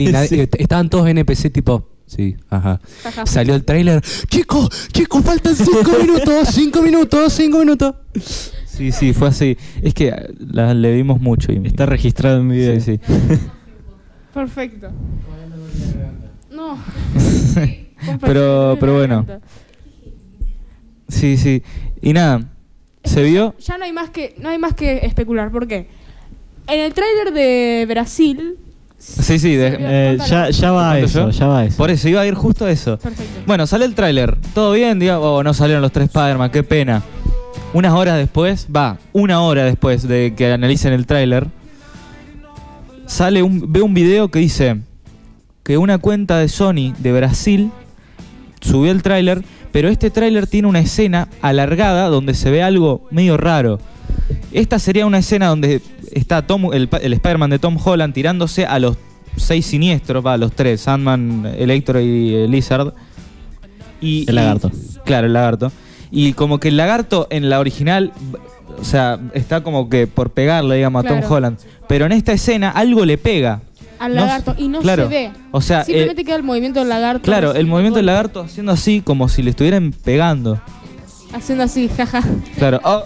Speaker 4: y nadie-
Speaker 2: Sí.
Speaker 4: est- estaban todos NPC tipo... Sí, ajá.
Speaker 3: Ajá.
Speaker 4: Salió el tráiler. Chicos, chicos, faltan cinco minutos, cinco minutos, cinco minutos.
Speaker 5: Sí, sí, fue así. Es que eh, la- le vimos mucho. Y,
Speaker 2: Está registrado en video.
Speaker 5: Sí, sí.
Speaker 3: Perfecto. No.
Speaker 5: pero, pero bueno. Sí, sí. Y nada, se vio.
Speaker 3: Ya no hay más que no hay más que especular, ¿por qué? En el tráiler de Brasil
Speaker 5: Sí, sí, de-
Speaker 2: Eh, ya, ya va
Speaker 5: ¿Cuánto
Speaker 2: eso,
Speaker 5: yo?
Speaker 2: ya va eso.
Speaker 5: Por eso iba a ir justo a eso.
Speaker 3: Perfecto.
Speaker 5: Bueno, sale el tráiler. Todo bien, diga, oh, no salieron los tres Spider-Man, qué pena. Unas horas después, va, una hora después de que analicen el tráiler, sale un, ve un video que dice que una cuenta de Sony de Brasil subió el tráiler, pero este tráiler tiene una escena alargada donde se ve algo medio raro. Esta sería una escena donde está Tom, el, pa- el Spider-Man de Tom Holland tirándose a los seis siniestros, va, a los tres, Sandman, Electro y eh, Lizard. Y,
Speaker 2: El lagarto.
Speaker 5: y- claro, el lagarto. Y como que el lagarto en la original, b- o sea, está como que por pegarle, digamos, a Tom
Speaker 3: Claro.
Speaker 5: Holland. Pero en esta escena algo le pega.
Speaker 3: al
Speaker 5: no
Speaker 3: lagarto
Speaker 5: s-
Speaker 3: y no
Speaker 5: claro.
Speaker 3: se ve.
Speaker 5: O sea,
Speaker 3: Simplemente
Speaker 5: eh,
Speaker 3: queda el movimiento del lagarto.
Speaker 5: claro,
Speaker 3: así,
Speaker 5: el movimiento del
Speaker 3: tipo,
Speaker 5: lagarto haciendo así como si le estuvieran pegando.
Speaker 3: haciendo así, jaja.
Speaker 5: Claro. oh,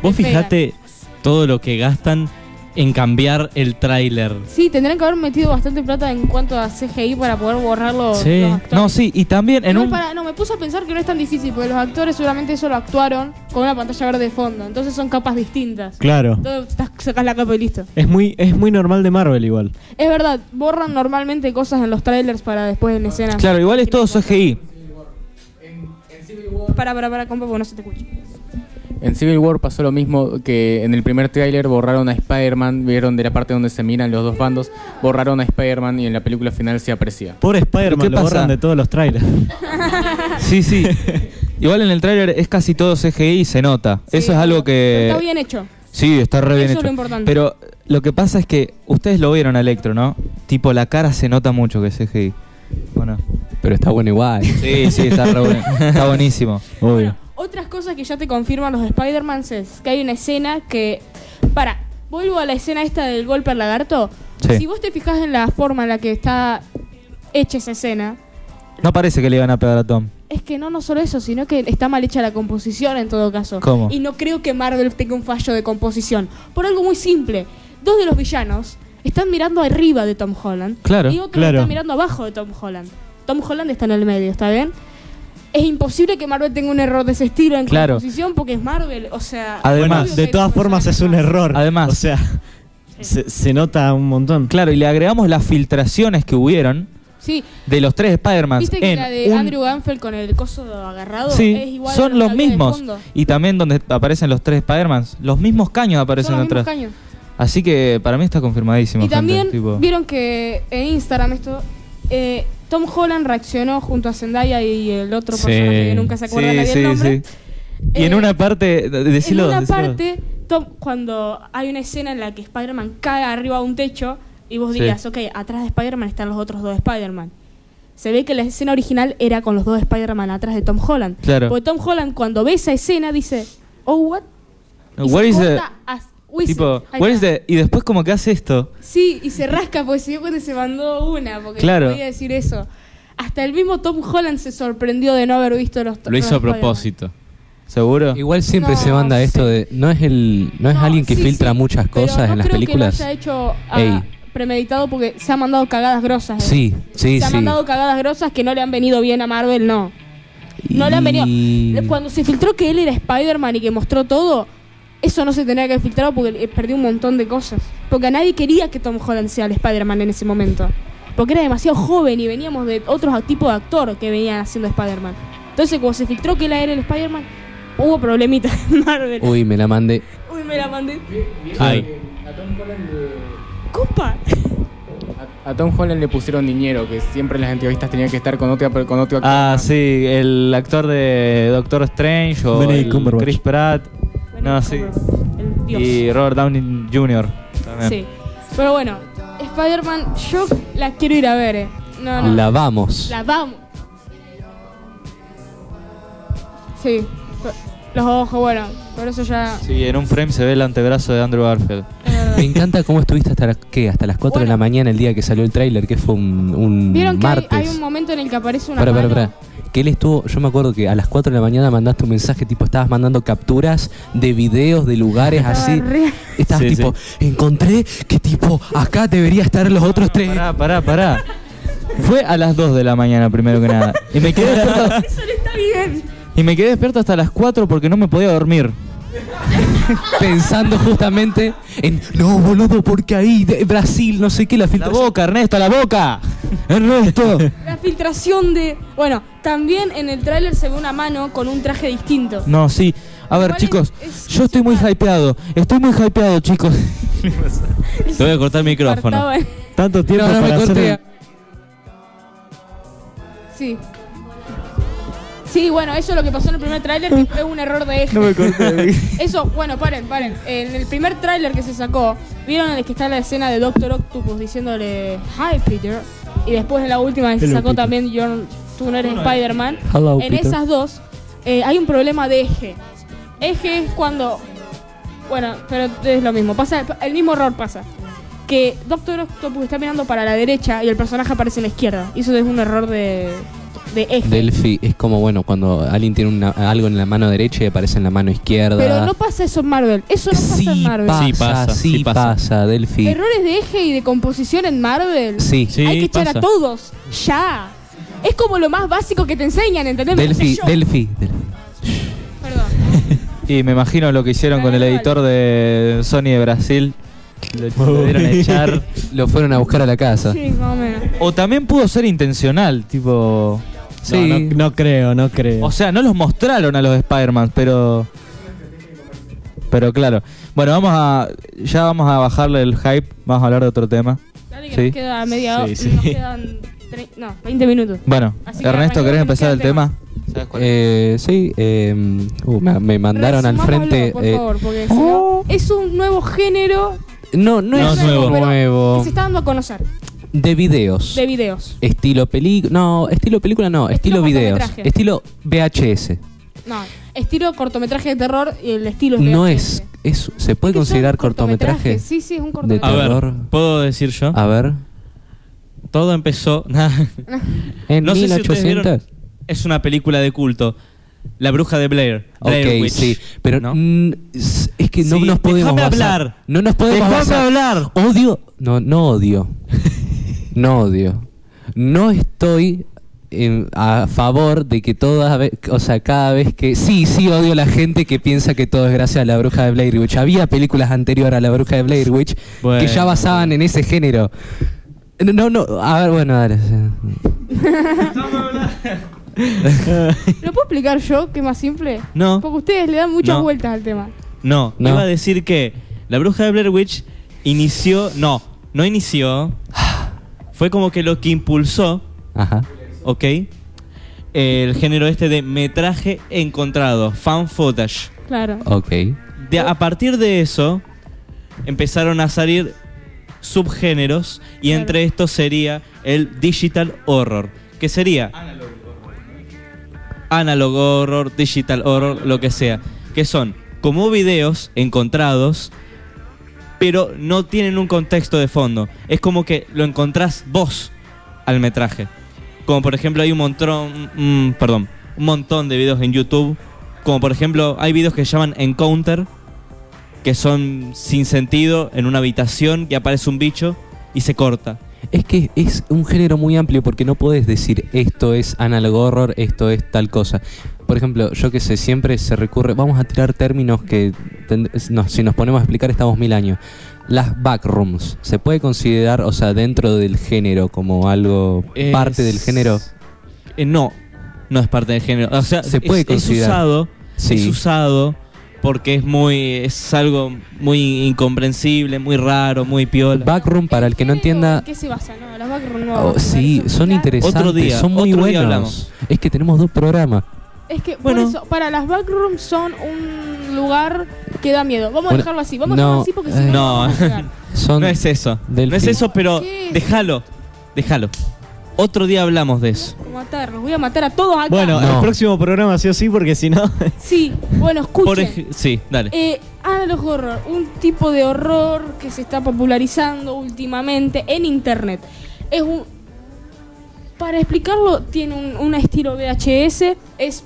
Speaker 1: Vos
Speaker 3: Espera.
Speaker 1: fijate todo lo que gastan en cambiar el tráiler.
Speaker 3: Sí, tendrían que haber metido bastante plata en cuanto a CGI para poder borrarlo.
Speaker 1: Sí.
Speaker 5: no, sí, y también en un...
Speaker 3: no, me puse a pensar que no es tan difícil, porque los actores seguramente eso lo actuaron con una pantalla verde de fondo, entonces son capas distintas.
Speaker 2: Claro.
Speaker 3: Entonces estás- sacás la capa y listo.
Speaker 2: Es muy, es muy normal de Marvel igual.
Speaker 3: Es verdad, borran normalmente cosas en los trailers para después en escenas.
Speaker 5: Claro, igual es todo CGI.
Speaker 3: Para, para, para, compa, porque no se te escucha.
Speaker 6: En Civil War pasó lo mismo que en el primer tráiler borraron a Spider-Man, vieron de la parte donde se miran los dos bandos, borraron a Spider-Man y en la película final se aprecia.
Speaker 2: Por
Speaker 5: ¿Qué
Speaker 2: Spider-Man lo
Speaker 5: pasa?
Speaker 2: borran de todos los trailers.
Speaker 5: Sí, sí. Igual en el tráiler es casi todo CGI y se nota. Eso
Speaker 3: Sí,
Speaker 5: es algo que...
Speaker 3: Está bien hecho.
Speaker 5: Sí, está re bien
Speaker 3: Eso es
Speaker 5: hecho.
Speaker 3: lo importante.
Speaker 5: Pero lo que pasa es que ustedes lo vieron a Electro, ¿no? Tipo, la cara se nota mucho que es CGI. Bueno.
Speaker 4: Pero está bueno igual.
Speaker 5: Sí, sí, está, re bueno. está buenísimo.
Speaker 2: Obvio.
Speaker 3: Otras cosas que ya te confirman los Spider-Man es que hay una escena que. Para, vuelvo a la escena esta del golpe al lagarto.
Speaker 5: Sí.
Speaker 3: Si vos te fijas en la forma en la que está hecha esa escena,
Speaker 5: No parece que le iban a pegar a Tom.
Speaker 3: es que no, no solo eso, sino que está mal hecha la composición en todo caso.
Speaker 5: ¿Cómo?
Speaker 3: Y no creo que Marvel tenga un fallo de composición. Por algo muy simple: dos de los villanos están mirando arriba de Tom Holland
Speaker 5: Claro,
Speaker 3: y otro
Speaker 2: claro.
Speaker 3: está mirando abajo de Tom Holland. Tom Holland está en el medio, ¿está bien? Es imposible que Marvel tenga un error de ese estilo en
Speaker 5: Claro.
Speaker 3: composición porque es Marvel, o sea.
Speaker 5: Además-
Speaker 3: obvio
Speaker 2: Bueno,
Speaker 3: que
Speaker 2: de
Speaker 3: hay
Speaker 2: todas
Speaker 3: personajes
Speaker 2: formas es un
Speaker 3: más.
Speaker 2: error.
Speaker 5: Además.
Speaker 2: O sea, se, se nota un montón.
Speaker 5: Claro, y le agregamos las filtraciones que hubieron
Speaker 3: Sí,
Speaker 5: de los tres Spider-Man.
Speaker 3: viste que
Speaker 5: en
Speaker 3: la de
Speaker 5: un-
Speaker 3: Andrew Garfield con el coso agarrado
Speaker 5: Sí,
Speaker 3: es igual. a
Speaker 5: son
Speaker 3: lo
Speaker 5: los
Speaker 3: que había de
Speaker 5: mismos.
Speaker 3: fondo.
Speaker 5: Y también donde aparecen los tres Spider-Man, los mismos caños aparecen
Speaker 3: Son los mismos
Speaker 5: atrás.
Speaker 3: caños.
Speaker 5: Así que para mí está confirmadísimo.
Speaker 3: Y
Speaker 5: gente,
Speaker 3: también
Speaker 5: tipo-
Speaker 3: vieron que en Instagram esto. eh, Tom Holland reaccionó junto a Zendaya y el otro
Speaker 1: Sí.
Speaker 3: personaje que nunca se
Speaker 5: Sí,
Speaker 3: acuerda nadie el
Speaker 5: sí,
Speaker 3: nombre.
Speaker 5: sí. Y en
Speaker 3: Eh,
Speaker 5: una parte, de- decilo,
Speaker 3: en una
Speaker 5: decilo.
Speaker 3: parte, Tom, cuando hay una escena en la que Spider-Man cae arriba de un techo y vos
Speaker 5: Sí.
Speaker 3: digas, ok, atrás de Spider-Man están los otros dos Spider-Man. Se ve que la escena original era con los dos Spider-Man atrás de Tom Holland.
Speaker 5: Claro.
Speaker 3: Porque Tom Holland cuando ve esa escena dice, oh, what? Y
Speaker 5: What
Speaker 3: se
Speaker 5: is the-
Speaker 3: corta a- uy, se-
Speaker 5: Tipo,
Speaker 3: ahí
Speaker 5: "Where is
Speaker 3: está.
Speaker 5: the-" Y después como que hace esto.
Speaker 3: Sí, y se rasca porque se dio cuenta y se mandó una, porque
Speaker 5: Claro.
Speaker 3: no podía decir eso. Hasta el mismo Tom Holland se sorprendió de no haber visto los
Speaker 1: Lo hizo a
Speaker 3: los Spider-Man.
Speaker 1: propósito.
Speaker 5: ¿Seguro?
Speaker 4: Igual siempre
Speaker 3: No
Speaker 4: se manda esto
Speaker 3: sé.
Speaker 4: de no es el no es
Speaker 3: No,
Speaker 4: alguien que
Speaker 3: sí,
Speaker 4: filtra
Speaker 3: sí,
Speaker 4: muchas
Speaker 3: pero
Speaker 4: cosas
Speaker 3: no
Speaker 4: en las
Speaker 3: creo
Speaker 4: películas.
Speaker 3: Que lo haya hecho ah,
Speaker 4: Ey.
Speaker 3: premeditado porque se ha mandado cagadas grosas. eh.
Speaker 4: Sí, sí,
Speaker 3: Se ha
Speaker 4: sí.
Speaker 3: mandado cagadas grosas que no le han venido bien a Marvel, no. No le han venido.
Speaker 4: Y-
Speaker 3: Cuando se filtró que él era Spider-Man y que mostró todo, eso no se tenía que haber filtrado porque eh, perdió un montón de cosas. Porque a nadie quería que Tom Holland sea el Spider-Man en ese momento. Porque era demasiado joven y veníamos de otro tipo de actor que venía haciendo Spider-Man. Entonces, cuando se filtró que él era el Spider-Man, hubo problemitas en Marvel. Uy.
Speaker 4: Uy, me la mandé.
Speaker 3: me la mandé.
Speaker 1: Ay,
Speaker 3: ¡Copa!
Speaker 6: A, a Tom Holland le pusieron niñero, que siempre en las entrevistas tenía que estar con otro, con otro actor.
Speaker 5: Ah, sí, el actor de Doctor Strange o
Speaker 2: Benedict
Speaker 5: el
Speaker 2: Cumberbatch.
Speaker 5: Chris Pratt. No, sí.
Speaker 3: El dios.
Speaker 5: Y Robert Downey Jr. también.
Speaker 3: Sí. Pero bueno, Spider-Man, yo la quiero ir a ver, eh. No, no.
Speaker 4: La vamos.
Speaker 3: La vamos. Sí. Los ojos, bueno. Por eso ya.
Speaker 5: Sí, en un frame se ve el antebrazo de Andrew Garfield.
Speaker 3: es verdad.
Speaker 4: Me encanta cómo estuviste hasta, la- ¿qué? hasta las 4 de
Speaker 3: Bueno.
Speaker 4: la mañana el día que salió el tráiler, que fue un, un
Speaker 3: Vieron que hay,
Speaker 4: martes.
Speaker 3: hay un momento en el que aparece una.
Speaker 4: Pará, pará,
Speaker 3: mano?
Speaker 4: pará. Que él estuvo, yo me acuerdo que a las 4 de la mañana mandaste un mensaje tipo, estabas mandando capturas de videos de lugares
Speaker 3: Estaba
Speaker 4: así.
Speaker 3: re-
Speaker 4: Estabas
Speaker 5: Sí,
Speaker 4: tipo, encontré que tipo, acá debería estar los otros tres.
Speaker 5: Pará, pará, pará. Fue a las 2 de la mañana, primero que nada. Y me quedé despierto,
Speaker 3: Eso no está bien.
Speaker 5: y me quedé despierto hasta las 4 porque no me podía dormir.
Speaker 4: Pensando justamente en, no boludo, porque ahí, de- Brasil, no sé qué, la
Speaker 5: ¡La
Speaker 4: filtración.
Speaker 5: boca, Ernesto, la boca! ¡Ernesto!
Speaker 3: La filtración de. Bueno, también en el tráiler se ve una mano con un traje distinto.
Speaker 5: No, sí. A ver,
Speaker 3: Igual es-
Speaker 5: chicos,
Speaker 3: es
Speaker 5: yo estoy muy
Speaker 3: genial.
Speaker 5: hypeado. Estoy muy hypeado, chicos.
Speaker 1: te voy a cortar el micrófono.
Speaker 3: Apartado en-
Speaker 2: Tanto tiempo
Speaker 4: No, no me
Speaker 2: para hacer
Speaker 4: corté.
Speaker 2: el-
Speaker 3: Sí. Sí, bueno, eso es lo que pasó en el primer tráiler, que fue un error de eje. Eso, bueno, paren, paren. En el primer tráiler que se sacó, vieron en el que está la escena de Doctor Octopus diciéndole Hi Peter. Y después en la última que se
Speaker 2: Hello,
Speaker 3: sacó
Speaker 2: Peter.
Speaker 3: también John, tú no eres Spider-Man.
Speaker 4: Hello,
Speaker 3: en
Speaker 4: Peter.
Speaker 3: esas dos eh, hay un problema de eje. Eje es cuando. Bueno, pero es lo mismo. Pasa, el mismo error pasa. Que Doctor Octopus está mirando para la derecha y el personaje aparece en la izquierda. Y eso es un error de, de eje.
Speaker 4: Delphi es como, bueno, cuando alguien tiene una- algo en la mano derecha y aparece en la mano izquierda.
Speaker 3: Pero no pasa eso en Marvel. Eso no pasa en
Speaker 4: sí,
Speaker 3: Marvel.
Speaker 4: pasa, sí
Speaker 1: Sí
Speaker 4: pasa,
Speaker 1: pasa, sí pasa.
Speaker 4: Delphi.
Speaker 3: Errores de eje y de composición en Marvel.
Speaker 4: Sí.
Speaker 1: Sí,
Speaker 3: Hay que echar
Speaker 1: pasa.
Speaker 3: a todos. Ya. Es como lo más básico que te enseñan, ¿entendés? Me
Speaker 4: Delphi,
Speaker 3: puse yo.
Speaker 4: Delphi, Delphi.
Speaker 3: Perdón.
Speaker 5: Y me imagino lo que hicieron con el editor de Sony de Brasil. Le pudieron echar.
Speaker 4: Lo fueron a buscar a la casa.
Speaker 3: Sí, más o menos.
Speaker 5: O también pudo ser intencional, tipo.
Speaker 4: Sí.
Speaker 2: No, no, no creo, no creo.
Speaker 5: O sea, no los mostraron a los Spider-Man, pero. Pero claro. Bueno, vamos a. Ya vamos a bajarle el hype. Vamos a hablar de otro tema.
Speaker 3: Dale que
Speaker 5: Sí.
Speaker 3: nos queda media hora.
Speaker 2: Sí, sí.
Speaker 3: Nos quedan tre- no, 20 minutos.
Speaker 5: Bueno,
Speaker 3: Así que
Speaker 5: Ernesto,
Speaker 3: arranca,
Speaker 5: ¿querés
Speaker 3: ¿qué
Speaker 5: empezar
Speaker 3: queda
Speaker 5: el
Speaker 3: el tema?
Speaker 5: tema? ¿Sabes cuál es?
Speaker 4: Eh, sí, eh, uh, me, me mandaron al
Speaker 3: Resumámoslo,
Speaker 4: frente.
Speaker 3: Por
Speaker 4: eh, Oh.
Speaker 3: favor, porque si no, es un nuevo género
Speaker 4: no, no,
Speaker 1: No
Speaker 4: es
Speaker 1: es nuevo.
Speaker 4: nuevo.
Speaker 3: pero que se está dando a conocer.
Speaker 4: De videos.
Speaker 3: De videos.
Speaker 4: Estilo película. No, estilo película no, estilo,
Speaker 3: Estilo
Speaker 4: videos.
Speaker 3: cortometraje.
Speaker 4: Estilo VHS.
Speaker 3: No, estilo cortometraje de terror y el estilo es
Speaker 4: No
Speaker 3: VHS.
Speaker 4: es, es. ¿Se puede
Speaker 3: Es que son
Speaker 4: considerar cortometraje?
Speaker 3: cortometrajes. Sí, sí, es un
Speaker 4: De
Speaker 1: A
Speaker 3: cortometraje.
Speaker 1: ver,
Speaker 4: Terror.
Speaker 1: ¿puedo decir yo?
Speaker 4: A ver.
Speaker 1: Todo empezó.
Speaker 4: En
Speaker 1: No sé si ustedes
Speaker 4: 1800.
Speaker 1: es una película de culto. La bruja de Blair. Blair
Speaker 4: Ok,
Speaker 1: Witch.
Speaker 4: sí, pero
Speaker 1: ¿No?
Speaker 4: mm, es es que no
Speaker 1: Sí,
Speaker 4: nos podemos
Speaker 1: déjame
Speaker 4: basar.
Speaker 1: hablar.
Speaker 4: No nos podemos
Speaker 1: Déjame
Speaker 4: basar.
Speaker 1: hablar.
Speaker 4: Odio, no, no odio, no odio. No estoy en- a favor de que todas, ve- o sea, cada vez que sí, sí odio a la gente que piensa que todo es gracias a la Bruja de Blair Witch. Había películas anteriores a la Bruja de Blair Witch que ya
Speaker 1: Bueno,
Speaker 4: basaban en ese género. No, no, a ver, bueno, dale.
Speaker 3: ¿Lo puedo explicar yo, que es más simple?
Speaker 1: No.
Speaker 3: Porque ustedes le dan muchas
Speaker 1: No.
Speaker 3: vueltas al tema.
Speaker 1: No,
Speaker 4: No.
Speaker 1: iba a decir que la bruja de Blair Witch inició. No, no inició. Ah. Fue como que lo que impulsó,
Speaker 4: Ajá.
Speaker 1: ¿ok? El género este de metraje encontrado, fan footage.
Speaker 3: Claro.
Speaker 4: Ok.
Speaker 1: De- a partir de eso, empezaron a salir subgéneros y
Speaker 3: Claro.
Speaker 1: entre estos sería el digital horror, que sería analog horror, digital horror, lo que sea, que son como videos encontrados, pero no tienen un contexto de fondo. Es como que lo encontrás vos al metraje. Como por ejemplo hay un montón, mm, perdón, un montón de videos en YouTube. Como por ejemplo hay videos que se llaman Encounter, que son sin sentido en una habitación que aparece un bicho y se corta.
Speaker 4: Es que es un género muy amplio porque no puedes decir esto es analog horror, esto es tal cosa. Por ejemplo, yo que sé, siempre se recurre, vamos a tirar términos que tend- no, si nos ponemos a explicar estamos mil años. Las backrooms, ¿se puede considerar, o sea, dentro del género como algo, parte
Speaker 1: Es-
Speaker 4: del género?
Speaker 1: Eh, no, no es parte del género. O sea,
Speaker 4: Se puede
Speaker 1: es, es
Speaker 4: considerar.
Speaker 1: usado,
Speaker 4: Sí.
Speaker 1: es usado porque es muy, es algo muy incomprensible, muy raro, muy piola.
Speaker 4: Backroom, para el que no entienda,
Speaker 3: ¿Qué se basa? No, las backroom no.
Speaker 4: oh, sí, son interesantes,
Speaker 1: Otro día,
Speaker 4: son muy
Speaker 1: otro día
Speaker 4: buenos.
Speaker 1: hablamos.
Speaker 4: Es que tenemos dos programas.
Speaker 3: Es que, bueno,
Speaker 1: Bueno.
Speaker 3: para las backrooms son un lugar que da miedo. Vamos a
Speaker 4: Bueno,
Speaker 3: dejarlo así, vamos
Speaker 4: no,
Speaker 3: a dejarlo así porque si
Speaker 4: eh,
Speaker 3: no.
Speaker 1: no.
Speaker 3: vamos a llegar.
Speaker 4: Son
Speaker 1: No es eso.
Speaker 4: del
Speaker 1: no es
Speaker 4: fin.
Speaker 1: eso, pero
Speaker 3: ¿Qué?
Speaker 1: déjalo. Déjalo. Otro día hablamos de eso.
Speaker 3: matar, los voy a matar a todos acá.
Speaker 2: Bueno,
Speaker 4: No.
Speaker 2: el próximo programa sí o sí, porque si no.
Speaker 3: Sí, bueno,
Speaker 1: Por
Speaker 3: escuchen.
Speaker 1: ej- sí, dale.
Speaker 3: Eh, analog horror, un tipo de horror que se está popularizando últimamente en internet. Es un. Para explicarlo, tiene un, un estilo VHS, es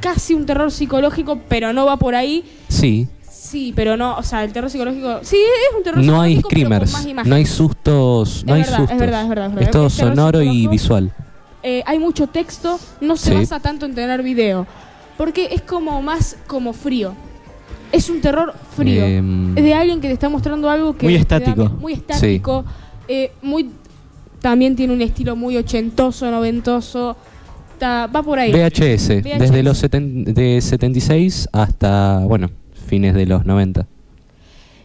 Speaker 3: casi un terror psicológico, pero no va por ahí.
Speaker 4: Sí,
Speaker 3: Sí, pero no, o sea, el terror psicológico. Sí, es un terror
Speaker 4: no hay
Speaker 3: psicológico. pero con
Speaker 4: screamers,
Speaker 3: más imagen.
Speaker 4: no hay sustos, no
Speaker 3: Es
Speaker 4: hay
Speaker 3: verdad, es
Speaker 4: sustos.
Speaker 3: verdad, es verdad, es verdad.
Speaker 4: todo
Speaker 3: Es terror
Speaker 4: sonoro y
Speaker 3: psicológico.
Speaker 4: visual.
Speaker 3: Eh, hay mucho texto, no se
Speaker 4: Sí.
Speaker 3: basa tanto en tener video. Porque es como más como frío. Es un terror frío.
Speaker 4: Em,
Speaker 3: Es de alguien que te está mostrando algo que...
Speaker 2: Muy
Speaker 3: te da
Speaker 2: estático.
Speaker 3: miedo, muy estático. eh, muy, también tiene un estilo muy ochentoso, noventoso. ta- va por ahí.
Speaker 4: VHS,
Speaker 3: VHS.
Speaker 4: desde los seten- de 76 hasta, bueno, fines de los 90.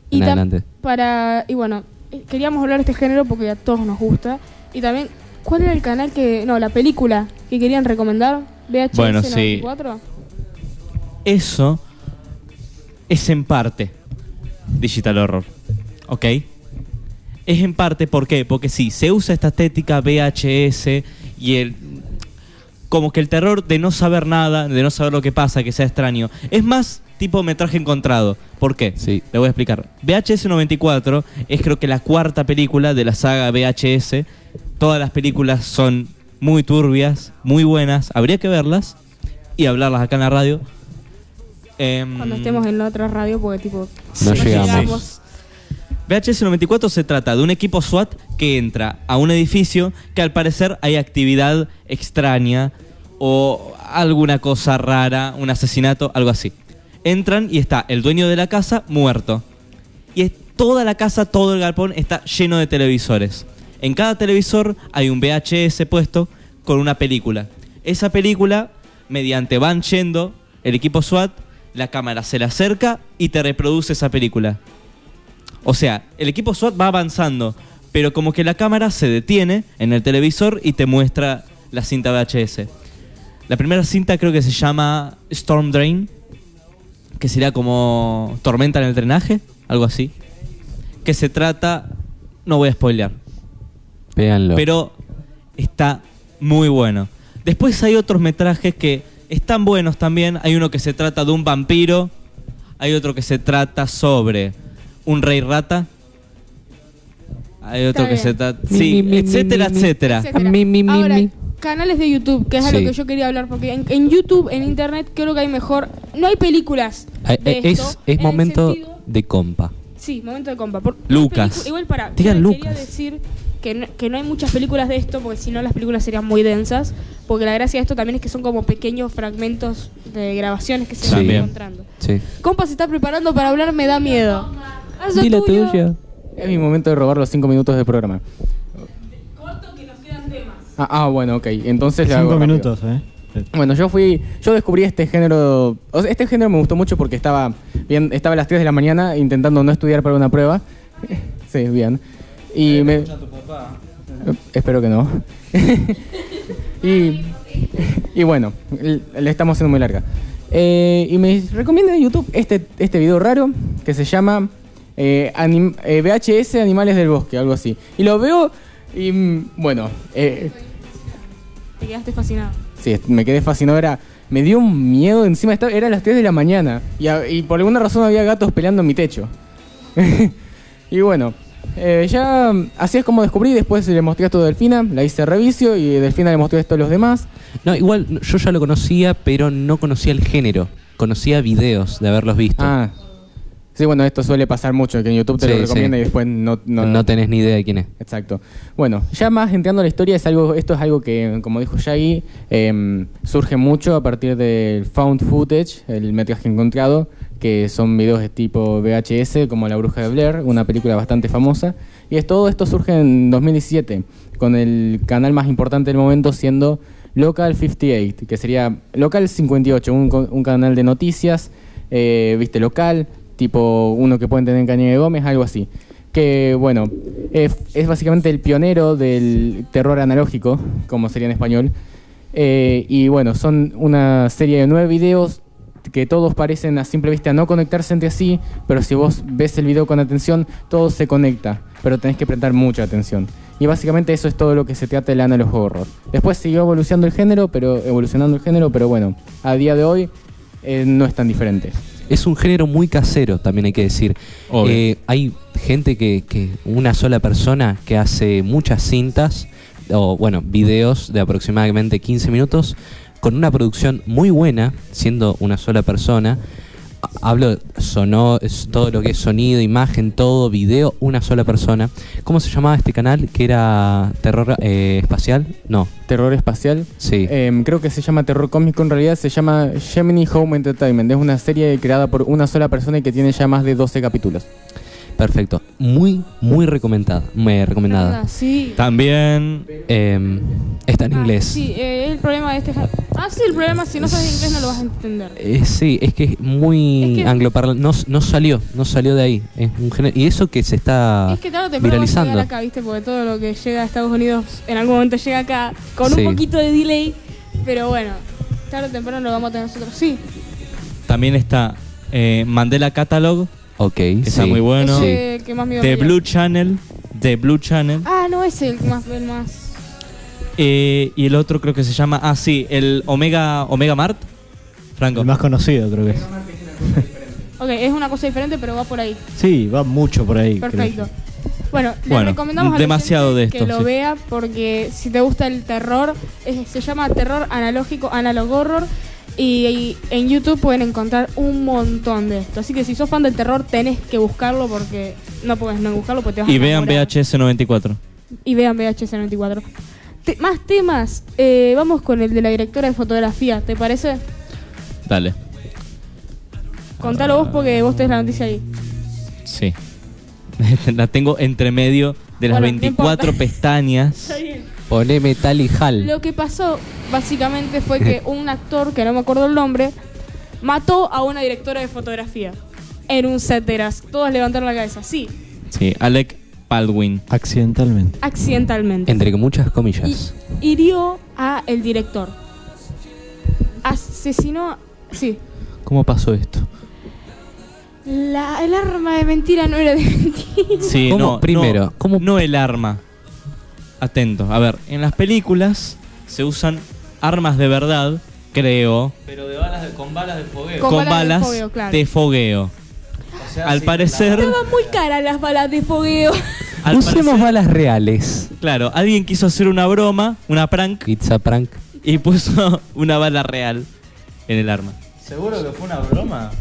Speaker 3: y
Speaker 4: en
Speaker 3: tam-
Speaker 4: adelante.
Speaker 3: para Y bueno, eh, queríamos hablar de este género porque a todos nos gusta. Y también, ¿cuál era el canal que... No, la película que querían recomendar? VHS
Speaker 1: Bueno, sí.
Speaker 3: 94?
Speaker 1: Eso es en parte digital horror. ¿Ok? Es en parte, ¿por qué? Porque sí, se usa esta estética VHS y el. Como que el terror de no saber nada, de no saber lo que pasa, que sea extraño. Es más tipo metraje encontrado. ¿Por qué?
Speaker 4: Sí.
Speaker 1: Le voy a explicar. VHS 94 es creo que la cuarta película de la saga VHS. Todas las películas son muy turbias, muy buenas. Habría que verlas y hablarlas acá en la radio. Em,
Speaker 3: Cuando estemos en la otra radio, porque tipo.
Speaker 4: No llegamos.
Speaker 1: VHS 94 se trata de un equipo SWAT que entra a un edificio que al parecer hay actividad extraña o alguna cosa rara, un asesinato, algo así. Entran y está el dueño de la casa muerto. Y es- toda la casa, todo el galpón está lleno de televisores. En cada televisor hay un VHS puesto con una película. Esa película, mediante van yendo el equipo SWAT, la cámara se le acerca y te reproduce esa película. O sea, el equipo SWAT va avanzando, pero como que la cámara se detiene en el televisor y te muestra la cinta VHS. La primera cinta creo que se llama Storm Drain, que sería como tormenta en el drenaje, algo así. Que se trata, no voy a spoilear,
Speaker 4: Véanlo.
Speaker 1: pero está muy bueno. Después hay otros metrajes que están buenos también. Hay uno que se trata de un vampiro. Hay otro que se trata sobre un rey rata. Hay otro
Speaker 3: Está
Speaker 1: que
Speaker 3: bien.
Speaker 1: se trata.
Speaker 8: Mi,
Speaker 1: Sí,
Speaker 8: mi, mi,
Speaker 1: etcétera,
Speaker 8: mi, mi.
Speaker 1: etcétera.
Speaker 3: etcétera.
Speaker 8: Mi, mi, mi,
Speaker 3: Ahora,
Speaker 8: mi.
Speaker 3: canales de YouTube, que es a
Speaker 4: Sí.
Speaker 3: lo que yo quería hablar, porque en, en YouTube, en Internet, creo que hay mejor. No hay películas.
Speaker 4: Ah,
Speaker 3: de
Speaker 4: eh, es,
Speaker 3: esto,
Speaker 4: es
Speaker 3: en el
Speaker 4: momento
Speaker 3: sentido-
Speaker 4: de compa.
Speaker 3: sí, momento de compa. Por-
Speaker 1: Lucas.
Speaker 3: pelicu- Igual para.
Speaker 4: Digan
Speaker 3: yo
Speaker 4: Lucas.
Speaker 3: Quería decir que no, que no hay muchas películas de esto, porque si no, las películas serían muy densas. Porque la gracia de esto también es que son como pequeños fragmentos de grabaciones que se van
Speaker 4: También.
Speaker 3: encontrando.
Speaker 4: Sí.
Speaker 3: Compa se está preparando para hablar, me da miedo. Haz lo
Speaker 8: Di la
Speaker 3: tuyo.
Speaker 8: tuya.
Speaker 6: Es mi momento de robar los cinco minutos de programa. Ah, ah, bueno, ok. Entonces la hago
Speaker 2: Cinco
Speaker 6: rápido.
Speaker 2: minutos, ¿eh?
Speaker 6: Bueno, yo fui, yo descubrí este género, o sea, este género me gustó mucho porque estaba bien, estaba a las 3 de la mañana intentando no estudiar para una prueba. Sí, bien. Y me Eh, Espero que no. y, y bueno, l- le estamos haciendo muy larga. Eh, y me recomienda en YouTube este, este video raro que se llama eh, anim- eh, VHS Animales del Bosque, algo así. Y lo veo y mm, bueno, eh,
Speaker 3: Te quedaste fascinado.
Speaker 6: Sí, est- me quedé fascinado. Era, me dio un miedo. Encima estaba, era las 3 de la mañana. Y, a- y por alguna razón había gatos peleando en mi techo. y bueno, eh, ya mm, así es como descubrí. Después le mostré esto a Delfina. La hice revicio. Y Delfina le mostré esto a los demás.
Speaker 4: No, igual no, yo ya lo conocía, pero no conocía el género. Conocía videos de haberlos visto.
Speaker 6: Ah, Sí, bueno, esto suele pasar mucho, que en YouTube te
Speaker 4: Sí,
Speaker 6: lo
Speaker 4: sí.
Speaker 6: recomienda y después no...
Speaker 4: No,
Speaker 6: no-
Speaker 4: tenés ni idea de quién es.
Speaker 6: Exacto. Bueno, ya más entrando a la historia, es algo, esto es algo que, como dijo Shaggy, em, surge mucho a partir del found footage, el metraje encontrado, que son videos de tipo VHS, como La Bruja de Blair, una película bastante famosa. Y es, todo esto surge en 2017, con el canal más importante del momento siendo Local 58, que sería Local 58, un, co- un canal de noticias, eh, viste, local, tipo uno que pueden tener en Caña de Gómez, algo así que bueno, es, es básicamente el pionero del terror analógico, como sería en español. Eh, y bueno, son una serie de nueve videos que todos parecen a simple vista no conectarse entre sí, pero si vos ves el video con atención, todo se conecta, pero tenés que prestar mucha atención. Y básicamente eso es todo lo que se trata del analog horror. Después siguió evolucionando el género, pero evolucionando el género, pero bueno, a día de hoy eh, no es tan diferente.
Speaker 4: Es un género muy casero, también hay que decir.
Speaker 1: Obvio.
Speaker 4: Eh, hay gente que, que una sola persona que hace muchas cintas, o bueno, videos de aproximadamente 15 minutos, con una producción muy buena, siendo una sola persona. Ha- Hablo sonó, es todo lo que es sonido, imagen, todo, video, una sola persona. ¿Cómo se llamaba este canal? ¿Que era terror eh, espacial? No,
Speaker 6: Terror espacial,
Speaker 4: sí.
Speaker 6: Em, creo que se llama Terror Cósmico, en realidad se llama Gemini Home Entertainment. Es una serie creada por una sola persona y que tiene ya más de 12 capítulos.
Speaker 4: Perfecto. Muy, muy recomendada. Me recomendada.
Speaker 3: Ah, sí.
Speaker 1: También.
Speaker 4: Eh, está en
Speaker 3: Ah,
Speaker 4: inglés.
Speaker 3: Sí, eh, el problema de este. ja- Ah, sí, el problema, si no sabes inglés no lo vas a entender.
Speaker 4: Eh, sí, es que es
Speaker 3: Es
Speaker 4: muy
Speaker 3: que-
Speaker 4: angloparlante. No, no salió, no salió de ahí. Es un género- y eso que se está
Speaker 3: Es que tarde o temprano vas a
Speaker 4: Ah, viralizando.
Speaker 3: llegar acá, ¿viste? Porque todo lo que llega a Estados Unidos en algún momento llega acá con
Speaker 4: Sí.
Speaker 3: un poquito de delay, pero bueno, tarde o temprano lo vamos a tener nosotros. Sí,
Speaker 1: También está eh, Mandela Catalog,
Speaker 4: Ok,
Speaker 1: que está
Speaker 4: sí.
Speaker 1: muy bueno.
Speaker 3: ese
Speaker 1: The
Speaker 3: es el que más miedo me
Speaker 1: The
Speaker 3: dio.
Speaker 1: Blue Channel. The Blue Channel.
Speaker 3: Ah, no, ese es el más. El más...
Speaker 1: Eh, y el otro creo que se llama. Ah, sí, el Omega, Omega Mart. Franco.
Speaker 2: El más conocido creo que es.
Speaker 3: Ok, es una cosa diferente, pero va por ahí.
Speaker 2: Sí, va mucho por ahí. creo.
Speaker 3: Perfecto. Bueno, les
Speaker 1: Bueno,
Speaker 3: recomendamos a la
Speaker 1: demasiado
Speaker 3: gente
Speaker 1: de esto,
Speaker 3: que lo
Speaker 1: sí.
Speaker 3: vea porque si te gusta el terror, es- se llama terror analógico, analog horror. Y, y en YouTube pueden encontrar un montón de esto. Así que si sos fan del terror, tenés que buscarlo porque no puedes no buscarlo porque te vas a
Speaker 1: Y vean
Speaker 3: enamorar.
Speaker 1: VHS 94.
Speaker 3: Y vean VHS 94. Te- más temas. Eh, vamos con el de la directora de fotografía, ¿te parece?
Speaker 1: Dale.
Speaker 3: Contalo vos porque vos tenés la noticia ahí.
Speaker 1: Sí. La tengo entre medio de las
Speaker 3: Bueno, no
Speaker 1: 24
Speaker 3: importa.
Speaker 1: pestañas.
Speaker 4: Poneme tal y Hal.
Speaker 3: Lo que pasó básicamente fue que un actor, que no me acuerdo el nombre, mató a una directora de fotografía en un set de las- Todos levantaron la cabeza, sí,
Speaker 1: Sí, Alec Baldwin.
Speaker 2: Accidentalmente.
Speaker 3: accidentalmente.
Speaker 4: Entre muchas
Speaker 3: Y
Speaker 4: comillas.
Speaker 3: hirió a el director. Asesinó, sí.
Speaker 4: ¿Cómo pasó esto?
Speaker 3: La- el arma de mentira no era de mentira.
Speaker 1: Sí,
Speaker 4: ¿Cómo?
Speaker 1: no,
Speaker 4: Primero,
Speaker 1: no,
Speaker 4: ¿cómo?
Speaker 1: no el arma. Atento. A ver, en las películas se usan armas de verdad, creo. Pero con balas de fogueo.
Speaker 3: Con
Speaker 1: Con,
Speaker 3: balas de
Speaker 1: balas
Speaker 3: fogueo, claro.
Speaker 1: de fogueo. al parecer,
Speaker 3: Estaban muy caras las balas de fogueo.
Speaker 1: al
Speaker 4: Usemos
Speaker 1: parecer-
Speaker 4: balas reales.
Speaker 1: claro, alguien quiso hacer una broma, una prank,
Speaker 4: Pizza prank.
Speaker 1: y puso una bala real en el arma.
Speaker 5: ¿Seguro que fue una broma?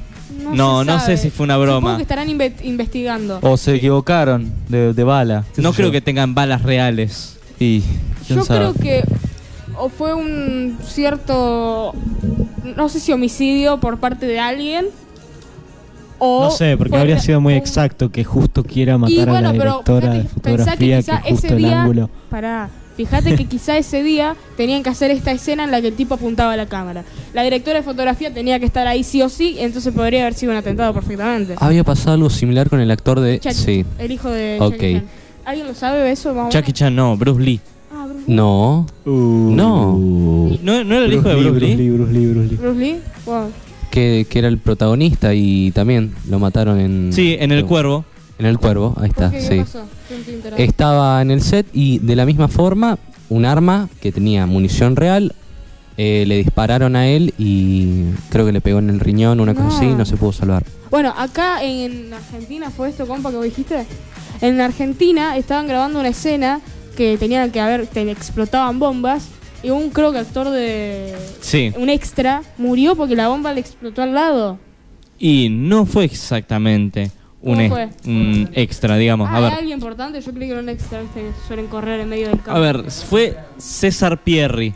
Speaker 1: No,
Speaker 3: se
Speaker 1: no
Speaker 3: sabe.
Speaker 1: sé si fue una
Speaker 3: Supongo
Speaker 1: broma.
Speaker 3: que estarán inve- investigando.
Speaker 5: O se equivocaron de, de bala.
Speaker 1: No creo que tengan balas reales.
Speaker 5: Y, ¿quién
Speaker 3: Yo
Speaker 5: sabe?
Speaker 3: creo que o fue un cierto, no sé si homicidio por parte de alguien o
Speaker 2: No sé, porque
Speaker 3: fue
Speaker 2: habría
Speaker 3: la-
Speaker 2: sido muy
Speaker 3: un-
Speaker 2: exacto que justo quiera matar
Speaker 3: Y bueno,
Speaker 2: a la
Speaker 3: pero
Speaker 2: directora de
Speaker 3: fíjate- pensá que
Speaker 2: fotografía que,
Speaker 3: quizá
Speaker 2: justo
Speaker 3: ese
Speaker 2: el
Speaker 3: día,
Speaker 2: ángulo.
Speaker 3: pará, fíjate que quizá ese día tenían que hacer esta escena en la que el tipo apuntaba a la cámara. La directora de fotografía tenía que estar ahí sí o sí, entonces podría haber sido un atentado perfectamente.
Speaker 2: Ah,
Speaker 4: Había pasado algo similar con el actor de.
Speaker 3: Chucky,
Speaker 4: Sí.
Speaker 3: El hijo de
Speaker 4: Ok.
Speaker 3: Jackie Chan. ¿Alguien lo sabe eso? Más o
Speaker 1: Jackie Chan no, Bruce Lee.
Speaker 3: menos? Ah, Bruce,
Speaker 4: No. Uh. No.
Speaker 1: ¿No, no era el hijo de
Speaker 2: Bruce
Speaker 1: Bruce
Speaker 2: Lee,
Speaker 1: Lee?
Speaker 2: Bruce Lee, Bruce Lee.
Speaker 3: Bruce Lee. Wow.
Speaker 4: Que, que era el protagonista y también lo mataron en.
Speaker 1: Sí, en El Cuervo.
Speaker 4: En el cuervo, ahí está.
Speaker 3: ¿Por qué? ¿Qué
Speaker 4: sí.
Speaker 3: pasó? Yo no estoy enterado.
Speaker 4: Estaba en el set y de la misma forma, un arma que tenía munición real, eh, le dispararon a él y creo que le pegó en el riñón, una
Speaker 3: No.
Speaker 4: cosa así, y no se pudo salvar.
Speaker 3: Bueno, acá en Argentina fue esto, compa, que vos dijiste. En Argentina estaban grabando una escena que tenían que haber, te explotaban bombas y un creo que actor de
Speaker 1: Sí.
Speaker 3: un extra murió porque la bomba le explotó al lado.
Speaker 1: Y no fue exactamente un,
Speaker 3: ¿Cómo
Speaker 1: ex-
Speaker 3: fue?
Speaker 1: un extra, digamos. A
Speaker 3: Ah, ¿hay
Speaker 1: ver,
Speaker 3: alguien importante? Yo creí que era un extra, viste, que suelen correr en medio del campo.
Speaker 1: a ver, fue César Pierri.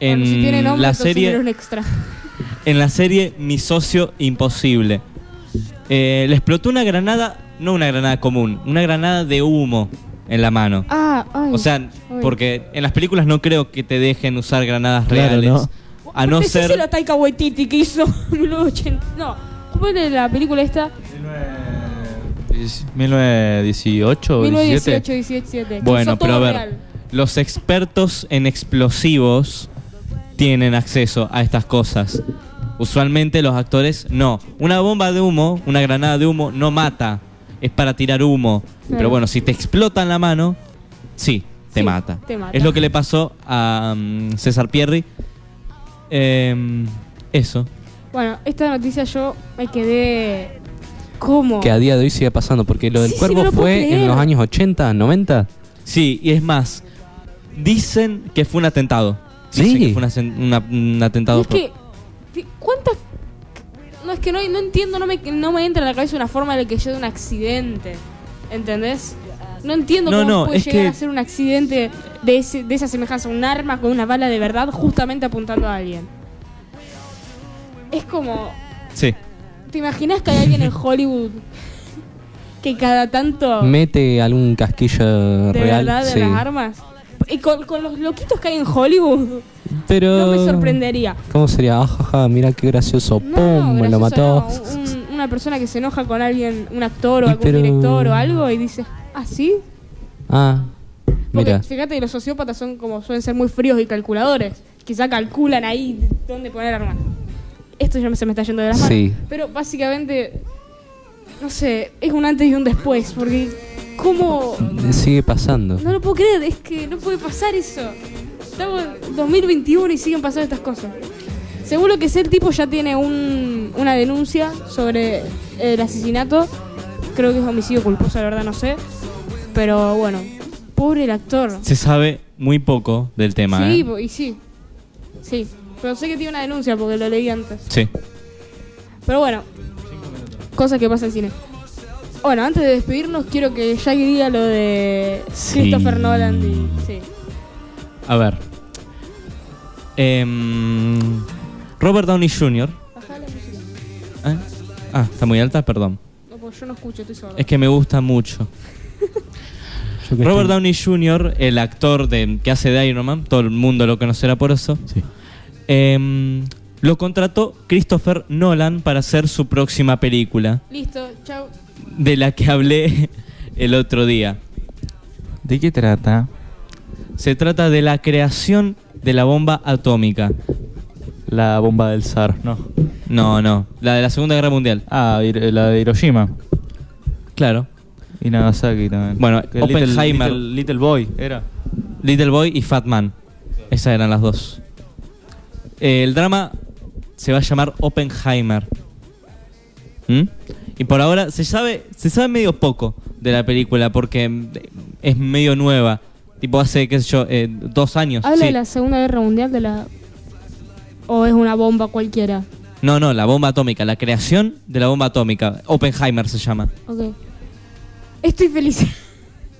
Speaker 1: En,
Speaker 3: Bueno, si tiene nombre,
Speaker 1: la
Speaker 3: entonces
Speaker 1: serie,
Speaker 3: era un extra.
Speaker 1: en la serie Mi Socio Imposible. Eh, le explotó una granada, no una granada común, una granada de humo en la mano.
Speaker 3: Ah, ay.
Speaker 1: O sea,
Speaker 3: Uy.
Speaker 1: porque en las películas no creo que te dejen usar granadas
Speaker 2: Claro,
Speaker 1: reales.
Speaker 2: ¿no?
Speaker 1: A no
Speaker 3: Pensé
Speaker 1: ser.
Speaker 3: lo Taika Waititi que hizo en los 80. No, ¿cómo era la película esta?
Speaker 5: 1918
Speaker 3: 1918, 17.
Speaker 1: Bueno, pero a ver. Los expertos en explosivos tienen acceso a estas cosas. Usualmente los actores no. Una bomba de humo, una granada de humo, no mata. Es para tirar humo.
Speaker 3: Claro.
Speaker 1: Pero bueno, si te explota en la mano, sí, te,
Speaker 3: Sí,
Speaker 1: mata.
Speaker 3: te mata.
Speaker 1: Es lo que le pasó a mm, César Pierri. Em, eso.
Speaker 3: Bueno, esta noticia yo me quedé. ¿Cómo?
Speaker 4: Que a día de hoy sigue pasando, porque lo del
Speaker 3: Sí, sí,
Speaker 4: cuervo
Speaker 3: no lo puedo
Speaker 4: fue
Speaker 3: creer.
Speaker 4: en los años 80, 90.
Speaker 1: Sí, y es más, dicen que fue un atentado.
Speaker 4: Sí.
Speaker 1: Dicen que fue un, asen- una- un atentado.
Speaker 3: Y es
Speaker 1: por-
Speaker 3: que. que- ¿Cuántas.? No, es que no, no entiendo, no me, no me entra en la cabeza una forma de que yo de un accidente. ¿Entendés? No entiendo
Speaker 1: No,
Speaker 3: cómo
Speaker 1: no,
Speaker 3: puede
Speaker 1: es
Speaker 3: llegar
Speaker 1: que-
Speaker 3: a ser un accidente de, ese- de esa semejanza, un arma con una bala de verdad justamente apuntando a alguien. Es como.
Speaker 1: Sí.
Speaker 3: ¿Te imaginas que hay alguien en Hollywood que cada tanto
Speaker 4: Mete algún casquillo
Speaker 3: de
Speaker 4: real.
Speaker 3: verdad de
Speaker 4: sí.
Speaker 3: las armas? Y con, con los loquitos que hay en Hollywood,
Speaker 4: Pero.
Speaker 3: no me sorprendería.
Speaker 4: ¿Cómo sería? Ajaja, mira qué gracioso.
Speaker 3: No,
Speaker 4: Oh, ¡Pum! Me lo
Speaker 3: gracioso,
Speaker 4: mató.
Speaker 3: no. Un- una persona que se enoja con alguien, un actor o
Speaker 4: Y
Speaker 3: algún
Speaker 4: pero-
Speaker 3: director o algo y dice, ¿ah, sí?
Speaker 4: Ah,
Speaker 3: Porque
Speaker 4: mira.
Speaker 3: fíjate que los sociópatas son como suelen ser muy fríos y calculadores. Quizá calculan ahí dónde poner armas. Esto ya me- se me está yendo de las manos.
Speaker 4: Sí.
Speaker 3: Pero básicamente, no sé, es un antes y un después. Porque, ¿cómo...?
Speaker 4: Sigue pasando.
Speaker 3: No lo puedo creer, es que no puede pasar eso. Estamos en 2021 y siguen pasando estas cosas. Seguro que ese tipo ya tiene un- una denuncia sobre el asesinato. Creo que es homicidio culposo, la verdad no sé. Pero bueno, pobre el actor.
Speaker 1: Se sabe muy poco del tema.
Speaker 3: sí,
Speaker 1: ¿eh?
Speaker 3: po- y sí. Sí, pero sé que tiene una denuncia porque lo leí antes.
Speaker 1: Sí.
Speaker 3: Pero bueno, cosas que pasan en cine. Bueno, antes de despedirnos quiero que ya diga lo de
Speaker 1: Sí.
Speaker 3: Christopher Nolan. y- sí.
Speaker 1: A ver. Em, Robert Downey Jr.
Speaker 3: Bajá la música.
Speaker 1: ¿eh? Ah, está muy alta, perdón.
Speaker 3: No, porque yo no escucho, estoy sordo.
Speaker 1: Es que me gusta mucho.
Speaker 2: Yo que
Speaker 1: Robert
Speaker 2: estoy-
Speaker 1: Downey Jr., el actor de, que hace de Iron Man, todo el mundo lo conocerá por eso,
Speaker 2: Sí.
Speaker 1: em, lo contrató Christopher Nolan para hacer su próxima película,
Speaker 3: Listo, chao.
Speaker 1: de la que hablé el otro día.
Speaker 5: ¿De qué trata?
Speaker 1: Se trata de la creación de la bomba atómica.
Speaker 5: La bomba del zar, no.
Speaker 1: No, no, la de la Segunda Guerra Mundial.
Speaker 5: Ah, Hir- la de Hiroshima
Speaker 1: Claro.
Speaker 5: y Nagasaki también.
Speaker 1: Bueno,
Speaker 5: Que Little-
Speaker 1: Oppenheimer.
Speaker 5: Little, Little Boy era.
Speaker 1: Little Boy y Fat Man. Esas eran las dos. Eh, el drama se va a llamar Oppenheimer. ¿Mm? Y por ahora se sabe, se sabe medio poco de la película porque mm, es medio nueva. Tipo hace, qué sé yo, eh, dos años.
Speaker 3: Habla
Speaker 1: sí.
Speaker 3: de la Segunda Guerra Mundial de la... O es una bomba cualquiera.
Speaker 1: No, no, la bomba atómica, la creación de la bomba atómica. Oppenheimer se llama.
Speaker 3: Ok. Estoy feliz.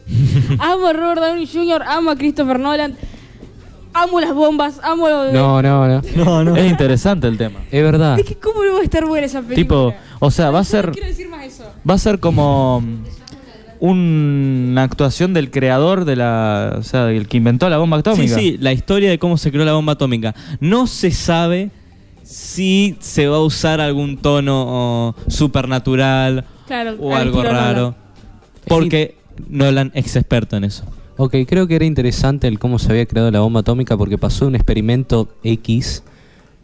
Speaker 3: amo a Robert Downey Jr., amo a Christopher Nolan, amo las bombas, amo...
Speaker 6: No, no, no.
Speaker 2: No, no.
Speaker 5: Es interesante el tema.
Speaker 4: Es verdad.
Speaker 3: Es que cómo no va a estar buena esa película.
Speaker 5: Tipo, o sea, va a
Speaker 3: Yo no
Speaker 5: ser
Speaker 3: quiero decir más eso.
Speaker 5: va a ser como mm, una actuación del creador de la, o sea, del que inventó la bomba atómica.
Speaker 1: Sí, sí, la historia de cómo se creó la bomba atómica. No se sabe si se va a usar algún tono oh, supernatural
Speaker 3: Claro,
Speaker 1: o
Speaker 3: al
Speaker 1: algo
Speaker 3: estilo Nolan.
Speaker 1: raro. Porque Nolan es experto en eso.
Speaker 4: Ok, creo que era interesante el cómo se había creado la bomba atómica porque pasó un experimento X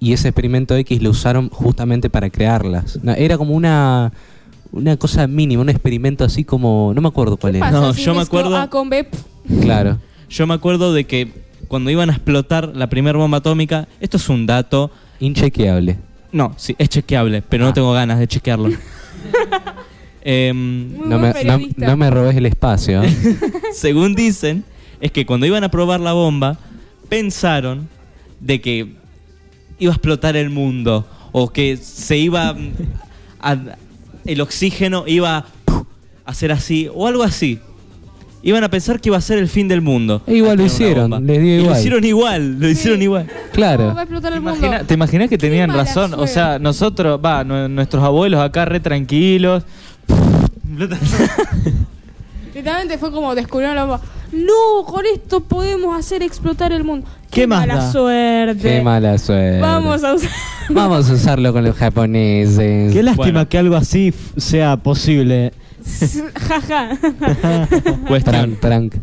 Speaker 4: y ese experimento X lo usaron justamente para crearlas. No, era como una, una cosa mínima, un experimento así como... No me acuerdo cuál
Speaker 3: ¿Qué
Speaker 4: era.
Speaker 3: pasa
Speaker 1: No,
Speaker 3: si
Speaker 1: yo me
Speaker 3: mezclo
Speaker 1: acuerdo-
Speaker 3: A con B, pff,
Speaker 4: Claro.
Speaker 1: Yo me acuerdo de que cuando iban a explotar la primera bomba atómica, esto es un dato.
Speaker 4: Inchequeable.
Speaker 1: No, sí, es chequeable, pero no tengo ganas de chequearlo. Em,
Speaker 3: muy
Speaker 4: No
Speaker 3: buen
Speaker 4: me, no,
Speaker 3: periodista.
Speaker 4: no me robes el espacio. ¿eh?
Speaker 1: según dicen, es que cuando iban a probar la bomba, pensaron de que iba a explotar el mundo o que se iba mm, a- el oxígeno iba a ¡puf! hacer así o algo así. Iban a pensar que iba a ser el fin del mundo.
Speaker 4: E igual
Speaker 1: Al
Speaker 4: lo
Speaker 1: tirar una
Speaker 4: hicieron,
Speaker 1: bomba.
Speaker 4: les dio
Speaker 1: Y Lo
Speaker 4: igual.
Speaker 1: hicieron igual, lo hicieron igual.
Speaker 4: Claro.
Speaker 3: Va a explotar
Speaker 5: ¿Te
Speaker 3: el mundo.
Speaker 5: imagina- ¿Te imaginas que
Speaker 3: Qué
Speaker 5: tenían
Speaker 3: mala
Speaker 5: razón? O
Speaker 3: suerte.
Speaker 5: sea, nosotros, va, nue- nuestros abuelos acá re tranquilos.
Speaker 3: Literalmente fue como descubrieron la bomba. No, con esto podemos hacer explotar el mundo.
Speaker 2: ¿Qué más
Speaker 3: mala
Speaker 2: da?
Speaker 3: suerte.
Speaker 4: Qué mala suerte.
Speaker 3: Vamos a usar.
Speaker 4: Vamos a usarlo con los japoneses.
Speaker 2: Qué lástima
Speaker 1: Bueno.
Speaker 2: que algo así f- sea posible.
Speaker 3: Jaja.
Speaker 1: Cuestión.
Speaker 4: Prank, prank.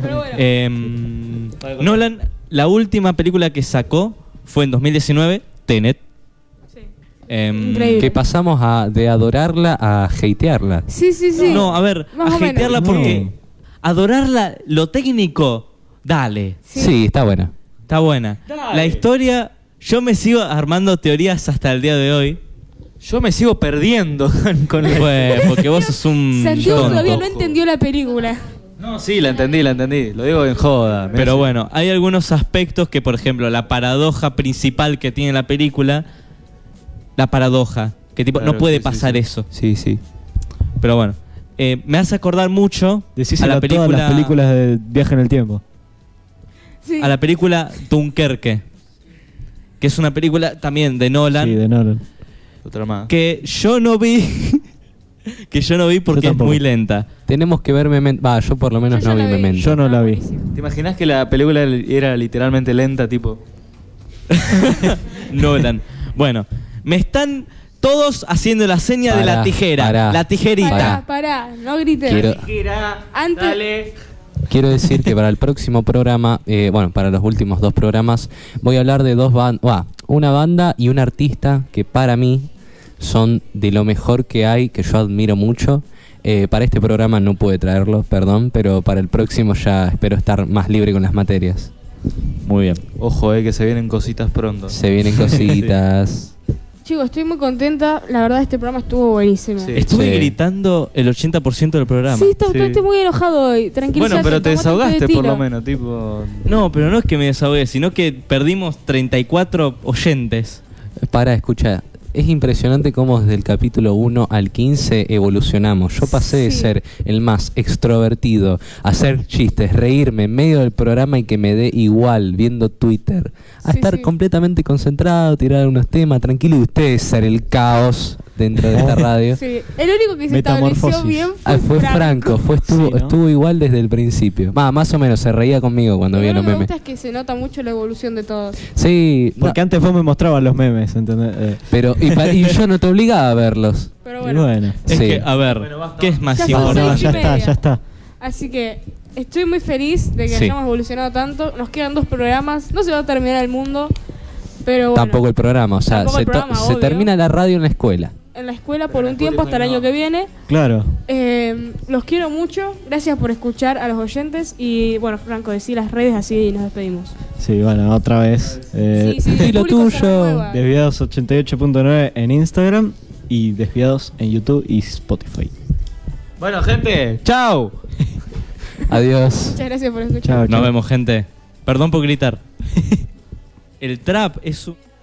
Speaker 3: Pero bueno.
Speaker 1: Em, Nolan, la última película que sacó fue en 2019, Tenet.
Speaker 3: sí.
Speaker 1: Em,
Speaker 3: Increíble.
Speaker 4: Que pasamos a, de adorarla a hatearla.
Speaker 3: Sí, sí, sí.
Speaker 1: No, a ver,
Speaker 3: Más
Speaker 1: a
Speaker 3: o menos.
Speaker 1: hatearla
Speaker 2: No.
Speaker 1: porque adorarla, lo técnico, dale,
Speaker 4: Sí, está buena.
Speaker 1: está buena. La historia, yo me sigo armando teorías hasta el día de hoy.
Speaker 5: Yo me sigo perdiendo con, con la-
Speaker 1: Fue porque vos sos un
Speaker 3: Santiago
Speaker 1: tonto.
Speaker 3: todavía no entendió la película.
Speaker 5: No, sí, la entendí, la entendí. Lo digo en joda. me
Speaker 1: Pero
Speaker 5: hace-
Speaker 1: bueno, hay algunos aspectos que, por ejemplo, la paradoja principal que tiene la película, la paradoja, que tipo, no
Speaker 5: Claro,
Speaker 1: puede
Speaker 5: sí, sí,
Speaker 1: pasar
Speaker 5: sí.
Speaker 1: eso.
Speaker 4: Sí, sí.
Speaker 1: Pero bueno, eh, me hace acordar mucho a
Speaker 2: Decíselo
Speaker 1: la
Speaker 2: a
Speaker 1: película,
Speaker 2: todas las películas de viaje en el tiempo.
Speaker 3: Sí.
Speaker 1: a la película Dunkerque, que es una película también de Nolan,
Speaker 2: Sí, de Nolan.
Speaker 5: Otra más.
Speaker 1: que yo no vi, que yo no vi porque es
Speaker 2: tampoco.
Speaker 1: muy lenta.
Speaker 4: Tenemos que ver Memento. Va, yo por lo menos
Speaker 3: Yo ya
Speaker 4: no vi
Speaker 3: la vi.
Speaker 4: Memento.
Speaker 2: Yo no la vi.
Speaker 3: Buenísimo.
Speaker 5: ¿Te imaginas que la película era literalmente lenta, tipo?
Speaker 1: Nolan. Bueno, me están todos haciendo la seña de la
Speaker 4: Pará,
Speaker 1: tijera,
Speaker 4: pará.
Speaker 1: la tijerita.
Speaker 3: Pará, pará, no grites.
Speaker 4: Quiero,
Speaker 3: Antes.
Speaker 4: quiero decir que para el próximo programa, eh, bueno, para los últimos dos programas, voy a hablar de dos bandas. una banda y un artista que para mí son de lo mejor que hay, que yo admiro mucho. Eh, para este programa no pude traerlo, perdón, pero para el próximo ya espero estar más libre con las materias.
Speaker 5: Muy bien. Ojo, eh, que se vienen cositas pronto.
Speaker 4: Se vienen cositas.
Speaker 3: Chicos, estoy muy contenta. La verdad, este programa estuvo buenísimo.
Speaker 5: Sí.
Speaker 1: Estuve
Speaker 4: Sí.
Speaker 1: gritando el 80% del programa.
Speaker 3: Sí, está-
Speaker 5: sí.
Speaker 3: estuviste muy enojado hoy. Tranquilízate.
Speaker 5: Bueno, pero
Speaker 3: tomate
Speaker 5: te
Speaker 3: un
Speaker 5: desahogaste por
Speaker 3: tiro.
Speaker 5: lo menos, tipo.
Speaker 1: No, pero no es que me desahogué, sino que perdimos 34 oyentes.
Speaker 4: Para, escucha, es impresionante cómo desde el capítulo 1 al 15 evolucionamos. Yo pasé de
Speaker 3: Sí.
Speaker 4: ser el más extrovertido, a hacer chistes, reírme en medio del programa y que me dé igual viendo Twitter, a
Speaker 3: Sí,
Speaker 4: estar
Speaker 3: sí.
Speaker 4: completamente concentrado, tirar unos temas tranquilo y ustedes ser el caos dentro de esta radio.
Speaker 3: Sí, el único que se estableció
Speaker 2: Metamorfosis.
Speaker 3: bien fue,
Speaker 4: Ah, fue Franco, fue estuvo,
Speaker 2: Sí, ¿no?
Speaker 4: estuvo igual desde el principio. Va, más o menos, se reía conmigo cuando
Speaker 3: Lo que
Speaker 4: veía
Speaker 3: me
Speaker 4: los memes.
Speaker 3: gusta es que se nota mucho la evolución de todos.
Speaker 4: Sí, no,
Speaker 2: Porque antes vos me mostrabas los memes, ¿entendés? Eh,
Speaker 4: pero y, pa- y yo no te obligaba a verlos.
Speaker 3: Pero
Speaker 2: y
Speaker 3: bueno,
Speaker 2: bueno. Ah,
Speaker 1: Es
Speaker 4: Sí.
Speaker 1: que, a ver, ¿qué es más
Speaker 3: Ya
Speaker 2: No,
Speaker 3: Seis
Speaker 1: importante?
Speaker 2: no,
Speaker 3: y
Speaker 2: ya está,
Speaker 3: media.
Speaker 2: ya está.
Speaker 3: así que estoy muy feliz de que
Speaker 4: Sí.
Speaker 3: hayamos evolucionado tanto. Nos quedan dos programas, no se va a terminar el mundo, pero bueno,
Speaker 4: Tampoco el programa, o sea,
Speaker 3: Tampoco
Speaker 4: se,
Speaker 3: el
Speaker 4: to-
Speaker 3: programa,
Speaker 4: se
Speaker 3: obvio.
Speaker 4: termina la radio en la escuela.
Speaker 3: en la escuela por un tiempo hasta el año que viene.
Speaker 2: Claro.
Speaker 3: Eh, los quiero mucho, gracias por escuchar a los oyentes y bueno, Franco, decí las redes así y nos despedimos.
Speaker 2: Sí, bueno, otra vez. Eh,
Speaker 3: sí, sí,
Speaker 4: y lo
Speaker 3: el público se
Speaker 4: tuyo.
Speaker 3: renueva.
Speaker 2: Desviados88.9 en Instagram y Desviados en YouTube y Spotify.
Speaker 5: Bueno, gente, chao.
Speaker 4: Adiós.
Speaker 3: Muchas gracias por escuchar.
Speaker 2: Chao,
Speaker 1: Nos vemos, gente. Perdón por gritar. El trap es un...